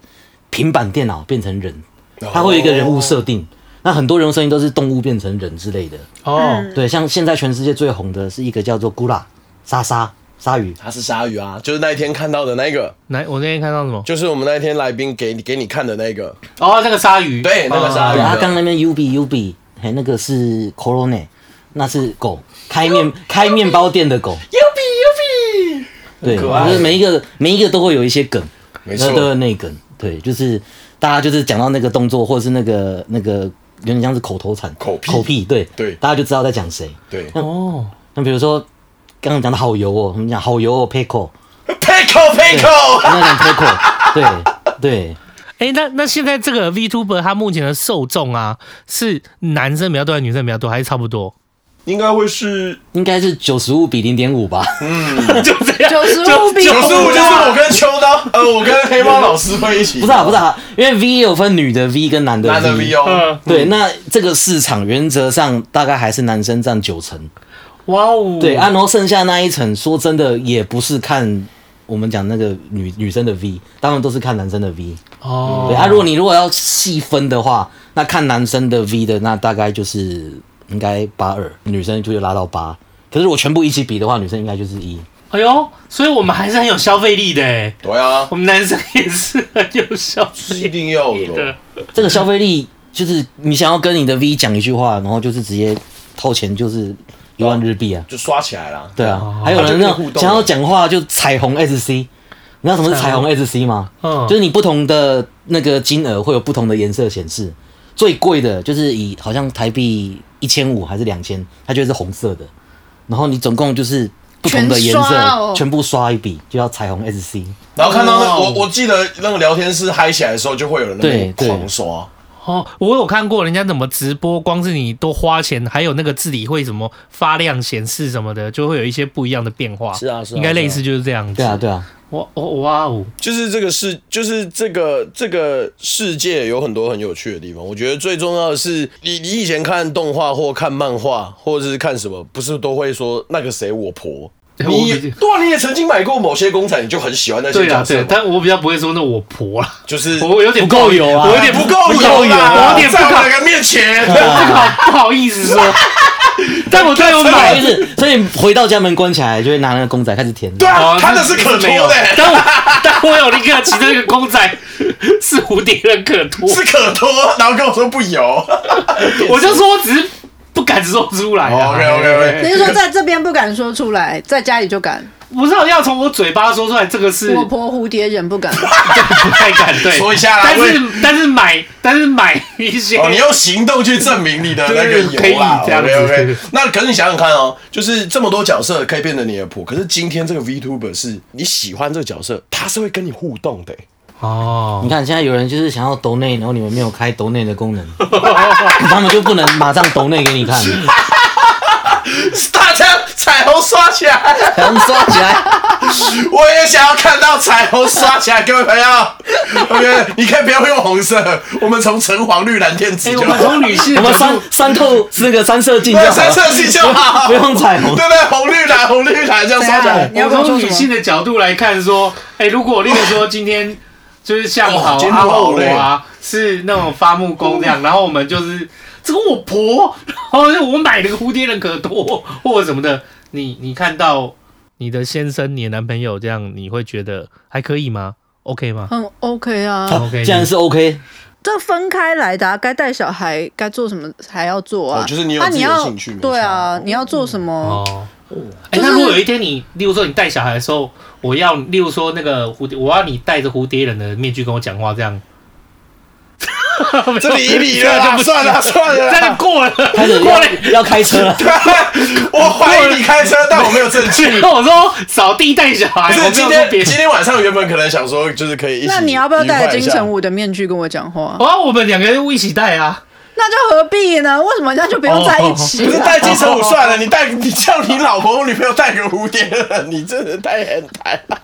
S4: 平板电脑变成人，
S6: 哦
S4: 它会有一个人物设定，那很多人物设定都是动物变成人之类的，
S6: 哦，
S4: 对，像现在全世界最红的是一个叫做 Gula 莎莎鲨鱼，
S3: 它是鲨鱼啊，就是那一天看到的那个，
S2: 来，我那天看到什么？
S3: 就是我们那一天来宾给你给你看的那个，
S6: 哦，那个鲨鱼，哦
S3: 对，那个鲨鱼
S4: 啊对，
S3: 的
S4: 他刚那边 UB UB，嘿，那个是 Corona，那是狗，开
S3: <laughs>
S4: 面开面包店的狗。UB UB，对，
S3: 可爱
S4: 就是每一个每一个都会有一些梗，
S3: 没错
S4: 那都有内梗，对，就是大家就是讲到那个动作或者是那个那个有点像是口头禅，
S3: 口癖
S4: 口癖，对
S3: 对
S4: 大家就知道在讲谁。
S3: 对
S6: 哦，
S4: 那比如说刚刚讲的好油哦，我们讲好油哦 p e c o
S3: ，Pickle Pickle，
S4: 那讲 p e
S3: <laughs>
S4: c o 对对，
S2: 哎、那那现在这个 VTuber 它目前的受众啊，是男生比较多还是女生比较多，还是差不多？
S3: 应该会是
S4: 应该是九十五比零点五吧。 <laughs>
S6: 就这样，
S5: 九十五比
S6: 就
S3: 九十五， <laughs> 就是我跟秋刀， <laughs> 呃，我跟黑猫老师会一起，
S4: 不是啊，不是啊，因为 V 也有分女的 V 跟男的 V，,
S3: 男的 V 哦，
S6: 嗯，
S4: 对，那这个市场原则上大概还是男生占九成，
S6: 哇哦，
S4: 对，啊，然后剩下那一层，说真的也不是看我们讲那个女女生的 V，当然都是看男生的 V。对
S6: 哦，
S4: 啊，如果你如果要细分的话，那看男生的 V 的，那大概就是应该八二，女生就会拉到八。可是如果全部一起比的话，女生应该就是一。
S6: 哎呦，所以我们还是很有消费力的欸，
S3: 对啊
S6: 我，们男生也是很有消
S3: 是一
S6: 费
S3: 定要
S6: 力的
S3: 的。。
S4: 这个消费力就是你想要跟你的 V 讲一句话，然后就是直接掏钱就是一万日币啊。
S3: 就刷起来啦。
S4: 对啊，还有人
S3: 哦那就可以
S4: 那
S3: 互动
S4: 想要讲话就彩虹 SC，你知道什么是彩虹 SC 吗？
S6: 嗯
S4: 就是你不同的那个金额会有不同的颜色显示，最贵的就是以好像台币一千五还是两千，它就是红色的，然后你总共就是不同的颜
S5: 全刷哦
S4: 色全部刷一笔，就叫彩虹 SC。
S3: 然后看到那
S6: 哇哦
S3: 我我记得那个聊天室嗨起来的时候，就会有人在那边
S4: 对对
S3: 狂刷。
S2: 哦，我有看过人家怎么直播，光是你多花钱，还有那个字体会什么发亮显示什么的，就会有一些不一样的变化。
S3: 是啊是啊
S2: 应该类似就是这样子。
S4: 对啊，
S3: <laughs>
S4: 对啊，
S6: 哇哦哇哦，
S3: 就是这个世，就是这个这个世界有很多很有趣的地方。我觉得最重要的是，你你以前看动画或看漫画，或者是看什么，不是都会说那个谁我婆？
S6: 对
S3: 你
S6: 我
S3: 也
S6: 比
S3: 对啊，你也曾经买过某些公仔，你就很喜欢那些
S6: 对啊
S3: 角色
S6: 对
S3: 嘛，，
S6: 但我比较不会说那我婆 <laughs> 啦，
S3: 就是
S6: 我有点
S4: 不够油啊
S6: 我有点
S3: 不够
S6: 不油我
S3: 有啦
S6: 有啊点不哦
S3: 在
S6: 敢
S3: 我的面前，
S6: 这个好不好意思说，但我都有买
S4: 就。是所以回到家门关起来，就会拿那个公仔开始填。
S3: 对
S6: 哦
S3: 啊，他
S6: 那
S3: 的是可
S6: 没
S3: 托
S6: 有
S3: 的，
S6: 但我但我有那个骑那个公仔是蝴蝶的可托，
S3: 是可托，然后跟我说不油。
S6: 我就说我只是不敢说出来啊。
S3: 哦，OK，OK，OK
S5: 你是说在这边不敢说出来，在家里就敢？
S6: 不是要从我嘴巴说出来，这个是
S5: 我婆蝴蝶忍不敢。
S6: <laughs> 不太敢对。
S3: 说一下啦
S6: 但
S3: 喂
S6: 是但是买但是买一些
S3: <laughs> 哦，你用行动去证明 <laughs> 你的那个
S6: 对可以
S3: 有啦
S6: 这样子
S3: OK OK，那可是你想想看哦，就是这么多角色可以变成你的谱，可是今天这个 VTuber 是你喜欢这个角色，他是会跟你互动的欸、
S6: 哦
S4: 你看，现在有人就是想要抖内，然后你们没有开抖内的功
S3: <laughs>
S4: 能，他们就不能马上抖内给你看，
S3: 大家彩虹刷起
S4: <laughs>
S3: 来，
S4: 然后刷起来。
S3: 我也想要看到彩虹刷起来，各位朋友。OK，你可以不要用红色，我们从橙黄绿蓝靛紫
S6: 哎，
S3: 就
S6: 我们
S3: 好，
S6: 从女性
S4: 我
S6: 的角
S4: 们三
S6: 度，
S4: 三透那个三色镜就
S3: 对，
S4: 好，
S3: 三色系就好，
S4: 不用彩虹
S3: 对。不对？红绿蓝，红绿蓝这样刷起来
S2: 哎
S5: 对啊。你要
S6: 我
S5: 跟我
S6: 们从
S5: 说什
S6: 女
S5: 么
S6: 性的角度来看，说，哎，如果例如说今天就是像
S3: 哇
S6: 好
S3: 哦今天
S6: 阿
S3: 好
S6: 后我
S3: 累
S6: 啊，是那种伐木工这样，然后我们就是这个我婆，然后我买了个蝴蝶的可多或者什么的，你你看到
S2: 你的先生、你的男朋友这样，你会觉得还可以吗？OK 吗？
S5: 很 OK 啊，
S4: 啊既然是 OK，
S5: 这分开来的、啊，该带小孩，该做什么还要做啊。
S3: 哦就是你有
S5: 啊
S3: 自己的
S5: 要
S3: 兴趣没嗯
S5: 对啊
S3: 差，
S5: 你要做什么？
S6: 哦。哎、
S5: 就是
S6: 那如果有一天你，例如说你带小孩的时候，我要，例如说那个蝴蝶，我要你戴着蝴蝶人的面具跟我讲话，这
S3: <laughs>
S6: 样，
S3: 这里里了啦，啊算了算了
S6: 这样
S3: 啦，
S6: 就过了， <laughs>
S4: 开始
S6: 过了。
S4: 要要开车了。 <coughs>
S3: <laughs> 我怀疑你开车，但我没有证据。
S6: 然后我说扫地带小孩，
S3: 不
S6: <laughs> 我
S3: 是
S6: 没
S3: 今
S6: 有说
S3: 天
S6: 别
S3: 今
S6: 的。
S3: 天晚上原本可能想说就是可以一起，
S5: 那你要不要带着金城
S3: 武？
S5: 武的面具跟我讲话？
S2: 啊，我们两个人一起戴
S3: <laughs>
S2: 啊。
S5: 那就何必呢？为什么那就不用在一起啊
S3: 哦不是
S6: <laughs>
S5: 了？
S3: 带金城武算了，你带你叫你老婆女朋友带个蝴蝶了，你真的太変态了，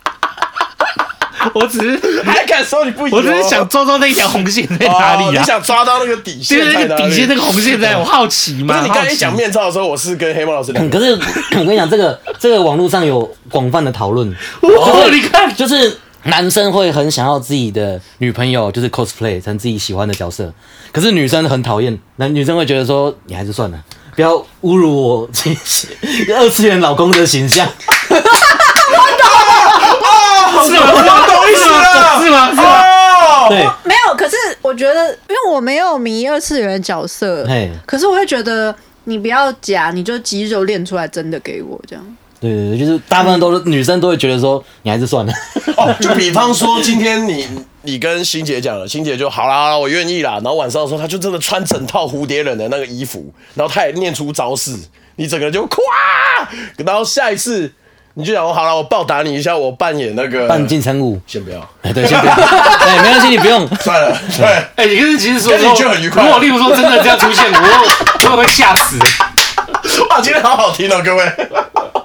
S2: 我只是，
S3: 还敢说你不油？
S2: 我只是想抓到那条红线在哪里
S3: 哦
S2: 啊
S3: 你？想抓到那个底
S2: 就
S3: 线
S2: 是那
S3: 在哪里？
S2: 个底线，那个红线在，我好奇
S3: 不
S2: 嘛。
S3: 哦是你刚才讲
S2: 好奇
S3: 面罩的时 <laughs> 候，我是跟黑猫老师两
S4: 嗯
S3: 个
S4: 可是 <coughs> 我跟你讲，这个这个网络上有广泛的讨论，
S6: 哦，你看，
S4: 就是男生会很想要自己的女朋友就是 cosplay 成自己喜欢的角色，可是女生很讨厌，男女生会觉得说你还是算了，不要侮辱我这些二次元老公的形象。
S6: 哦是吗？我
S3: 懂意
S2: <laughs>
S3: 思
S2: 啊
S3: 了
S6: 是吗？是吗？
S3: 哦，
S4: 对，
S5: 没有，可是我觉得，因为我没有迷二次元的角色
S4: 嘿，
S5: 可是我会觉得你不要假，你就肌肉练出来，真的给我这样。
S4: 对对对，就是大部分都是女生都会觉得说你还是算了。
S3: <laughs> 哦，就比方说今天你你跟欣姐讲了，欣姐就好啦，好啦我愿意啦。然后晚上的时候，她就真的穿整套蝴蝶忍的那个衣服，然后她也念出招式，你整个人就咵。然后下一次你就想说，好了，我报答你一下，我扮演那 <laughs> 个
S4: 半进成武，
S3: 呃先不要，
S4: <laughs> 哎对，先不要，对，没关系，你不用。
S3: 算了，对。
S6: 哎、你跟其实说
S3: 跟你就很愉快啊
S6: 如果例如说真的这样出现，我我会吓死。
S3: 哇，今天好好听哦，各位，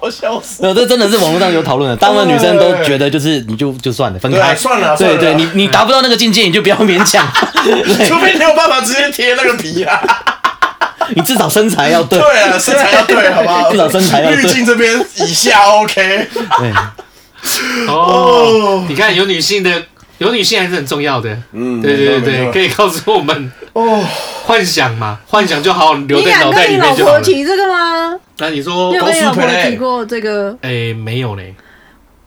S3: 我笑死。
S4: 没呃有，这真的是网络上有讨论的，大部分女生都觉得就是你就就算了，分
S3: 对啊
S4: 开
S3: 算了算
S4: 对
S3: 了
S4: 对，你你达不到那个境界，你就不要勉强，
S3: 除
S4: 对
S3: 非你有办法直接贴那个皮啊！
S4: 你至少身材要对。
S3: 对啊啊，身材要对，好不好？
S4: 至少身材要对
S3: 滤镜这边以下 OK。
S4: 对，
S2: 哦，你看有女性的，有女性还是很重要的。
S3: 嗯，
S2: 对对
S3: 没错没
S2: 对，
S3: 错
S2: 可以告诉我们
S3: 哦，
S2: 幻想嘛，幻想就好好留
S5: 你
S2: 在
S5: 敢
S2: 脑袋
S5: 跟
S2: 里
S5: 你老
S2: 面就好
S5: 婆
S2: 了。
S5: 提这个吗？
S2: 那你说
S5: 你，有跟你老婆
S3: 高速陪
S5: 提过这个？
S2: 哎，没有嘞，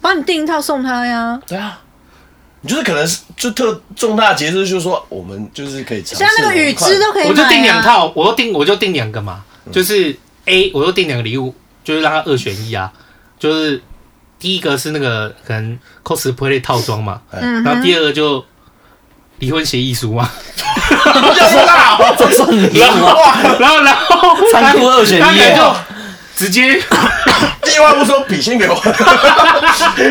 S5: 帮你订一套送她呀。
S3: 对啊。你就是可能是就特重大节日，就是说我们就是哦可以尝试
S5: 像那个雨
S3: 我
S5: 织
S3: 们
S5: 都可以买、啊，
S2: 我就订两。套，我就订我就订两个嘛，就是 A 我就订两个礼物，就是让他二选一啊，就是第一个是那个可能 cosplay 套装嘛，
S3: 哎
S5: 嗯
S2: 然后
S5: 哼，
S2: 第二个就离婚协议书嘛，
S3: 快要说大哦，
S4: 这
S3: <laughs>
S4: 算礼
S2: 然
S4: 物
S2: 后
S4: 吗？
S2: 然后然后
S4: 残酷二选一
S2: 他可能就
S4: 啊
S2: 直接
S3: 第一万不说笔先给我，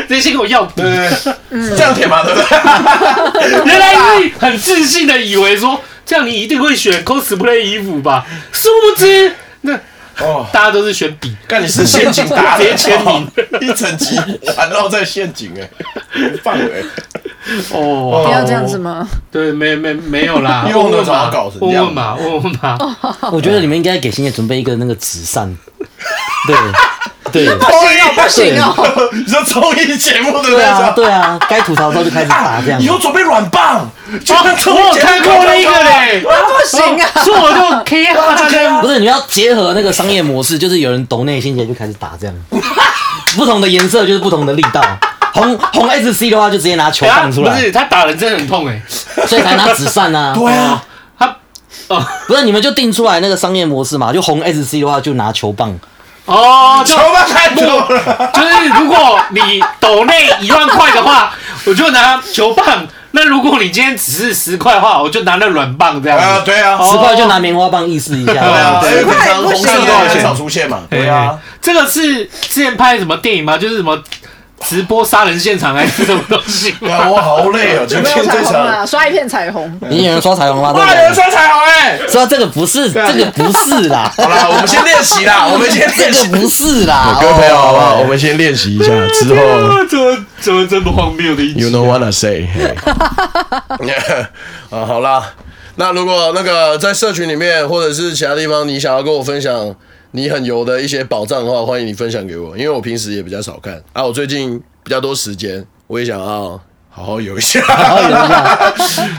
S2: 直接先跟我要笔，
S3: 对这样填嘛，对不对？
S2: 原来你很自信的以为说这样你一定会选 cosplay 衣服吧，殊不知那
S3: 哦，
S2: 大家都是选笔，
S3: 看你是陷阱达人，哦
S2: 直接签名
S3: 一整集缠绕在陷阱哎、范围，
S2: 哦
S5: 不要这样子吗？
S2: 对，没没没有啦，
S3: <laughs> 因为我
S2: 问
S3: 们
S2: 问
S3: 早
S2: 嘛
S3: 搞成，这
S2: 问
S3: 样
S2: 问嘛，问问
S5: 哦
S2: 嘛，
S4: 我觉得你们应该给欣姐准备一个那个纸扇，对
S3: 啊
S4: 对
S3: <laughs>
S5: 不行哦，
S3: 你说综艺节目的
S4: 对
S3: 那
S4: 啊
S3: 种，
S4: 对啊，该吐槽的时候就开始打
S3: <laughs>
S4: 这样
S3: 以。后准备软棒，就跟综
S2: 我
S3: 艺
S2: 有
S3: 节目
S2: 看过那个嘞，
S5: 不行啊！
S2: 所以我就 K 哈他
S3: <laughs>
S4: 不是，你们要结合那个商业模式，就是有人抖内欣姐就开始打这样，不同的颜色就是不同的力道。红红 S C 的话就直接拿球
S2: 他
S4: <laughs> 放出
S2: 哎不
S4: 来
S2: 是，他打人真的很痛哎，
S4: 所以才拿纸扇啊。
S3: <laughs> 对啊，
S2: 他哦
S4: 不是你们就定出来那个商业模式嘛？就红 S C 的话就拿球棒，
S2: 哦，就
S3: 球棒太多了，
S2: 就是如果你抖内一万块的话， <laughs> 我就拿球棒；那如果你今天只是十块的话，我就拿那软棒这样
S3: 啊，
S2: 子。
S3: 对啊，
S4: 十块就拿棉花棒意思一下。
S3: 对啊，
S2: 对
S3: 所以平常红
S5: 不行
S3: 色
S5: 啊
S3: 都很少出现嘛，对啊，
S2: 哎，这个是之前拍什么电影吗？就是什么直播杀人现场还是什么东
S3: <laughs>
S2: 西
S3: 对
S2: 吗？
S3: 啊，我好累哦，今
S5: 有没
S3: 天
S5: 有彩
S3: 这
S5: 虹
S3: 场
S5: 啊？刷一片彩虹，
S4: 已经有人刷彩虹吗？
S3: 哇，有人说才好哎，
S4: 知道这个不是，这个不是啦，
S3: 好啦，我们先练习 <laughs>
S5: <laughs>
S3: 啦，我们先
S4: 这
S3: 练
S4: 个
S3: 习。
S4: 不是啦。
S3: 各位朋友，好不好？ <laughs> 我
S4: 哦
S3: 们先练习一下，之后
S2: 啊怎么怎么这么荒谬的一
S3: you
S2: 集
S3: know what I say 嘿。 <laughs> 啊，好啦，那如果那个在社群里面或者是其他地方，你想要跟我分享你很油的一些宝藏的话，欢迎你分享给我，因为我平时也比较少看啊，我最近比较多时间，我也想要好好游一下。啊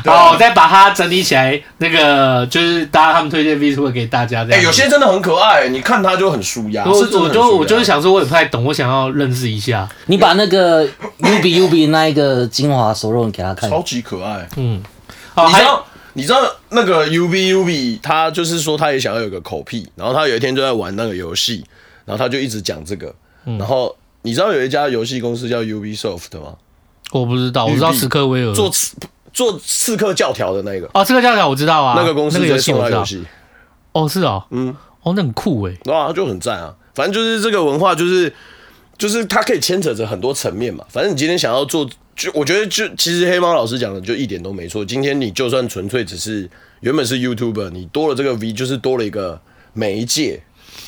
S2: 好，哦我再把它整理起来，那个就是大家他们推荐 V t u b e 给大家这
S3: 哎、
S2: 样。
S3: 有些真的很可爱，你看它就很舒压。
S2: 我
S3: 是真的
S2: 我
S3: 很
S2: 就
S3: 舒压
S2: 我就是，想说，我也不太懂，我想要认识一下。
S4: 你把那个 UB UB 那一个精华熟肉给他看，
S3: 超级可爱。
S7: 哦
S2: 好，
S3: 你
S2: 哦
S3: 知
S2: 还有
S3: 道你知道那个 U B U B，他就是说他也想要有个口癖，然后他有一天就在玩那个游戏，然后他就一直讲这个，
S7: 嗯
S3: 然后你知道有一家游戏公司叫 Ubisoft 吗？
S7: 我不知道，我知道史克威尔
S3: 做刺做刺客教条的那个。
S7: 哦，这个教条我知道啊，
S3: 那个公司
S7: 那
S3: 直
S7: 个游
S3: 接
S7: 戏
S3: 送
S7: 我
S3: 他
S7: 知道
S3: 游，戏，
S7: 哦是哦，嗯，哦那很酷哎，
S3: 对啊，就很赞啊。反正就是这个文化，就是就是它可以牵扯着很多层面嘛。反正你今天想要做，就我觉得就其实黑猫老师讲的就一点都没错。今天你就算纯粹只是原本是 YouTuber，你多了这个 V，就是多了一个媒介，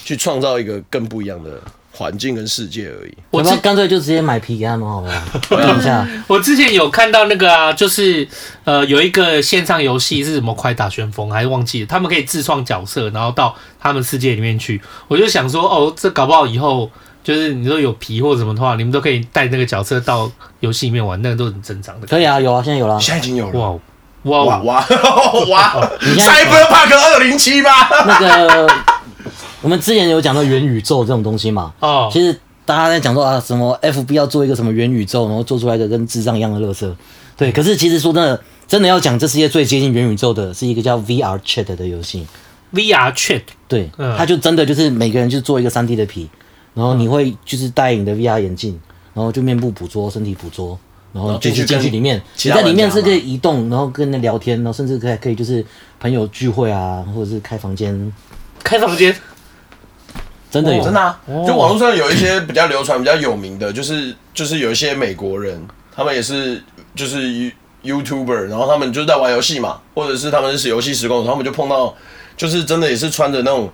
S3: 去创造一个更不一样的环境跟世界而已。
S4: 我
S2: 我
S4: 们
S2: 之
S4: 干脆就直接买皮给他们
S3: <laughs>
S4: 好不好？
S3: 啊
S4: 看一下，
S2: 我之前有看到那个啊，就是呃有一个线上游戏是什么《快打旋风》，还是忘记了，他们可以自创角色，然后到他们世界里面去。我就想说，哦，这搞不好以后就是你说有皮或什么的话，你们都可以带那个角色到游戏里面玩，那个都很正常的。
S4: 可以啊，有啊，现在有
S3: <laughs>
S4: 啦。
S3: 现在已经有了，
S2: 哇哦哇
S3: 哇
S2: 哦，
S3: 哇哇
S4: 你现在
S3: ！Cyberpunk 二零七八，
S4: 那个我们之前有讲到元宇宙这种东西嘛，
S2: <laughs> 哦
S4: 其实大家在讲说啊，什么 FB 要做一个什么元宇宙，然后做出来一个跟智障一样的乐色，
S3: 嗯
S4: 对。可是其实说真的，真的要讲这世界最接近元宇宙的是一个叫 VR Chat 的游戏，
S2: ，VR Chat
S4: 对，
S2: 嗯
S4: 它就真的就是每个人就做一个 3D 的皮，然
S3: 嗯
S4: 后你会就是戴你的 VR 眼镜，然后就面部捕捉、身体捕捉。然后就
S3: 进去
S4: 是进去
S3: 跟
S4: 里面，
S3: 其
S4: 你
S3: 他
S4: 在里面
S3: 玩家
S4: 是
S3: 嘛
S4: 可以移动，然后跟人聊天，然后甚至可以可以就是朋友聚会啊，或者是开房间，
S2: 开房间，
S4: 真的有，
S3: 真的啊！就网络上有一些比较流传、比较有名的，就是就是有一些美国人，他们也是就是 You- YouTuber，然后他们就是在玩游戏嘛，或者是他们是游戏时光，然后他们就碰到，就是真的也是穿着那种。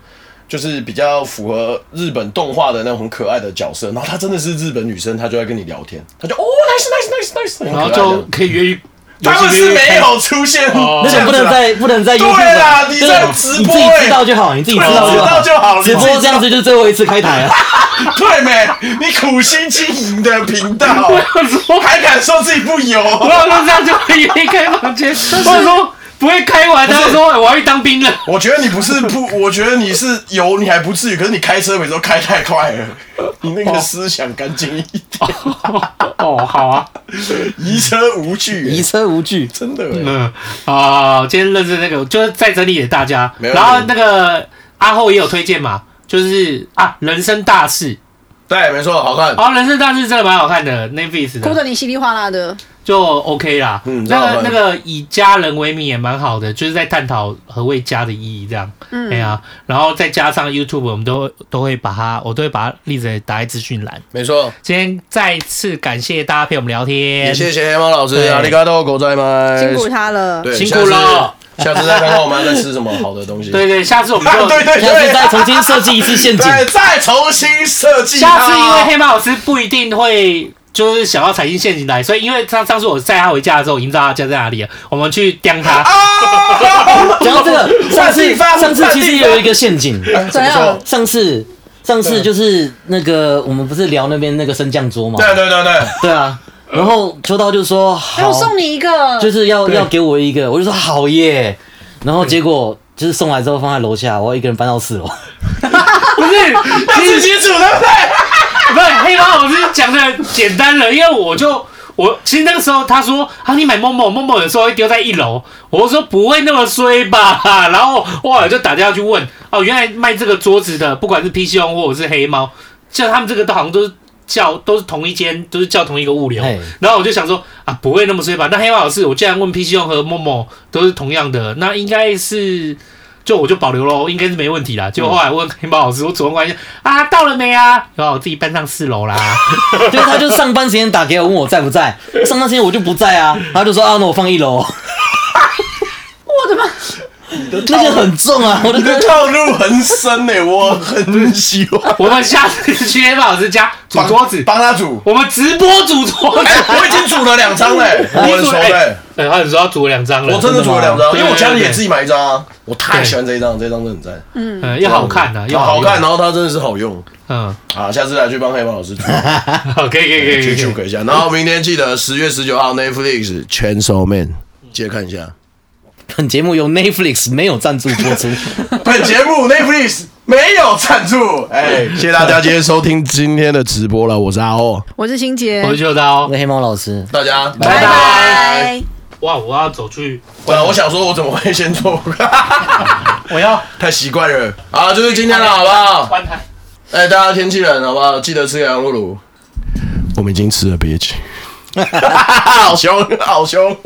S3: 就是比较符合日本动画的那种很可爱的角色，然后她真的是日本女生，她就在跟你聊天，她就哦，nice nice nice nice，
S2: 然后就可以约
S3: 他们是
S2: <laughs>
S3: 没有出现这样子啦，
S4: 那种不能在不能在 YouTube，
S3: 哦啊对啦你
S4: 就是
S3: 在直播
S4: 你自
S3: 欸
S4: 己知道就好，你自己知道
S3: 对知道就好了
S4: 直播
S3: 你自己知道
S4: 这样子就是最后一次开台啊，
S3: <laughs> 对没？你苦心经营的频道，
S2: 我说
S3: 还敢说自己不油？
S2: 我要说这样就可以开房间， <laughs> 或者说不会开完，他就说哎我要去当兵了。
S3: 我觉得你不是不，我觉得你是油，你还不至于。可是你开车每次都开太快了，你那个思想干净一点，
S2: 哦，好啊，
S3: 移车无惧、
S4: 移车无惧。
S3: 真的、欸。
S2: 嗯，啊，今天认识那个，就是在整理给大家。
S3: 没有
S2: 然后
S3: 问题
S2: 那个阿后也有推荐嘛，就是啊，人生大事。
S3: 对，没错，好看。
S2: 哦，人生大事真的蛮好看的，Netflix
S3: 啊
S5: 哭
S2: 的
S5: 得你稀里哗啦的，
S2: 就 OK 啦。
S3: 嗯
S2: 那
S3: 真的好
S2: 个
S3: 看
S2: 那个以家人为名也蛮好的，就是在探讨何谓家的意义这样。嗯，对啊，然后再加上 YouTube，我们都会都会把它，我都会把它例子打在资讯栏。
S3: 没错，
S2: 今天再次感谢大家陪我们聊
S3: 也
S2: 天，
S3: 谢谢黑猫老师，
S2: 对
S3: 阿里嘎多狗仔们，
S5: 辛苦他了。
S3: 哎对，啊
S2: 辛苦了
S3: 下次。下次再看看我们要再吃什么好的东西。
S2: 对对，下次我们
S3: 啊，
S2: 就
S3: <laughs> 对对
S4: <laughs> 下次再
S3: 对，
S4: 重新设计一次陷阱。
S3: 对，再重新设计
S2: 下
S3: 它。
S2: 次因为黑猫老师不一定会就是想要踩进陷阱来，所以因为上上次我载他回家的时候，我已经知道他家在哪里了，我们去盯
S3: <laughs>
S2: 他。 <laughs>
S3: 啊，
S4: 讲到
S3: <laughs>
S4: 这个，上
S3: 换
S4: 次
S3: 地方
S4: 上次
S3: 换地
S4: 其
S3: 方
S4: 实也有一个陷阱，
S5: 怎样？
S4: 上次上次就是那个我们不是聊那边那个升降桌嘛？
S3: 对对对对，
S4: 对啊，然后秋刀就说
S5: 哎，
S4: 好
S5: 我，送你一个，
S4: 就是要要给我一个，我就说好耶，然后结果就是送来之后放在楼下，我要一个人搬到四楼，
S2: 不是，
S3: 要自己煮对不对？
S2: 不是黑猫老师讲的简单了，因为我就。我其实那个时候，他说啊，你买某某某某有时候会丢在一楼，我说不会那么衰吧， <laughs> 然后我后来就打电话去问，哦，原来卖这个桌子的，不管是 PC Home 或者是黑猫，像他们这个都好像都是叫都是同一间，都是叫同一个物流，
S4: 嘿
S2: 然后我就想说啊，不会那么衰吧？那黑猫老师，我既然问 PC 用和某某都是同样的，那应该是就我就保留喽，应该是没问题
S3: 嗯
S2: 啦。结果后来问黑猫老师，我主动关心啊，到了没啊？然后我自己搬上四楼
S3: <laughs>
S2: 啦。
S4: 就是他就上班时间打给我问我在不在，上班时间我就不在啊，他就说啊那我放一楼，
S5: 我的妈！
S4: 那个很重啊，我的
S3: 你的套路很深呢，欸我很喜
S2: <laughs>
S3: 欢。
S2: 我们下次去黑猫老师家煮桌子，
S3: 帮他煮。
S2: 我们直播煮桌子。
S3: 哎我已经煮了两张嘞， <laughs> 我很熟嘞，
S2: 对，他很说要煮两张了，
S3: 我真的煮了两张，
S2: 对
S3: 因为我家里也自己买一张啊。我太喜欢这一张，这张真的很赞，
S2: 嗯，要好看啊，要
S3: 好看，
S2: 用
S3: 然后它真的是好哦用。
S2: 嗯，
S3: 好，下次来去帮黑帮老师 <laughs> 煮，
S2: 好，可以可以可以可
S3: 去
S2: 以可以
S3: check 一下。然后明天记得十月十九号 Netflix《Chainsaw Man》，记得看一下。
S4: 本节目由 Netflix 没有赞助播出。 <laughs>
S3: 本节目 Netflix 没有赞助，哎，谢谢大家今天收听今天的直播了，我是阿欧，
S5: 我是欣杰，
S2: 我就到
S4: 我，是黑猫老师，
S3: 大家
S2: 拜
S5: 拜拜。
S2: 哇，我要走去，
S3: 本来我想说，我怎么会先做？
S2: <laughs> 我要
S3: <laughs> 太习惯了。好，就是今天了，好不好？
S2: 关台。
S3: 哎，大家天气冷，好不好？记得吃 <laughs> 羊肉炉。我们已经吃了，别急。好凶，好凶。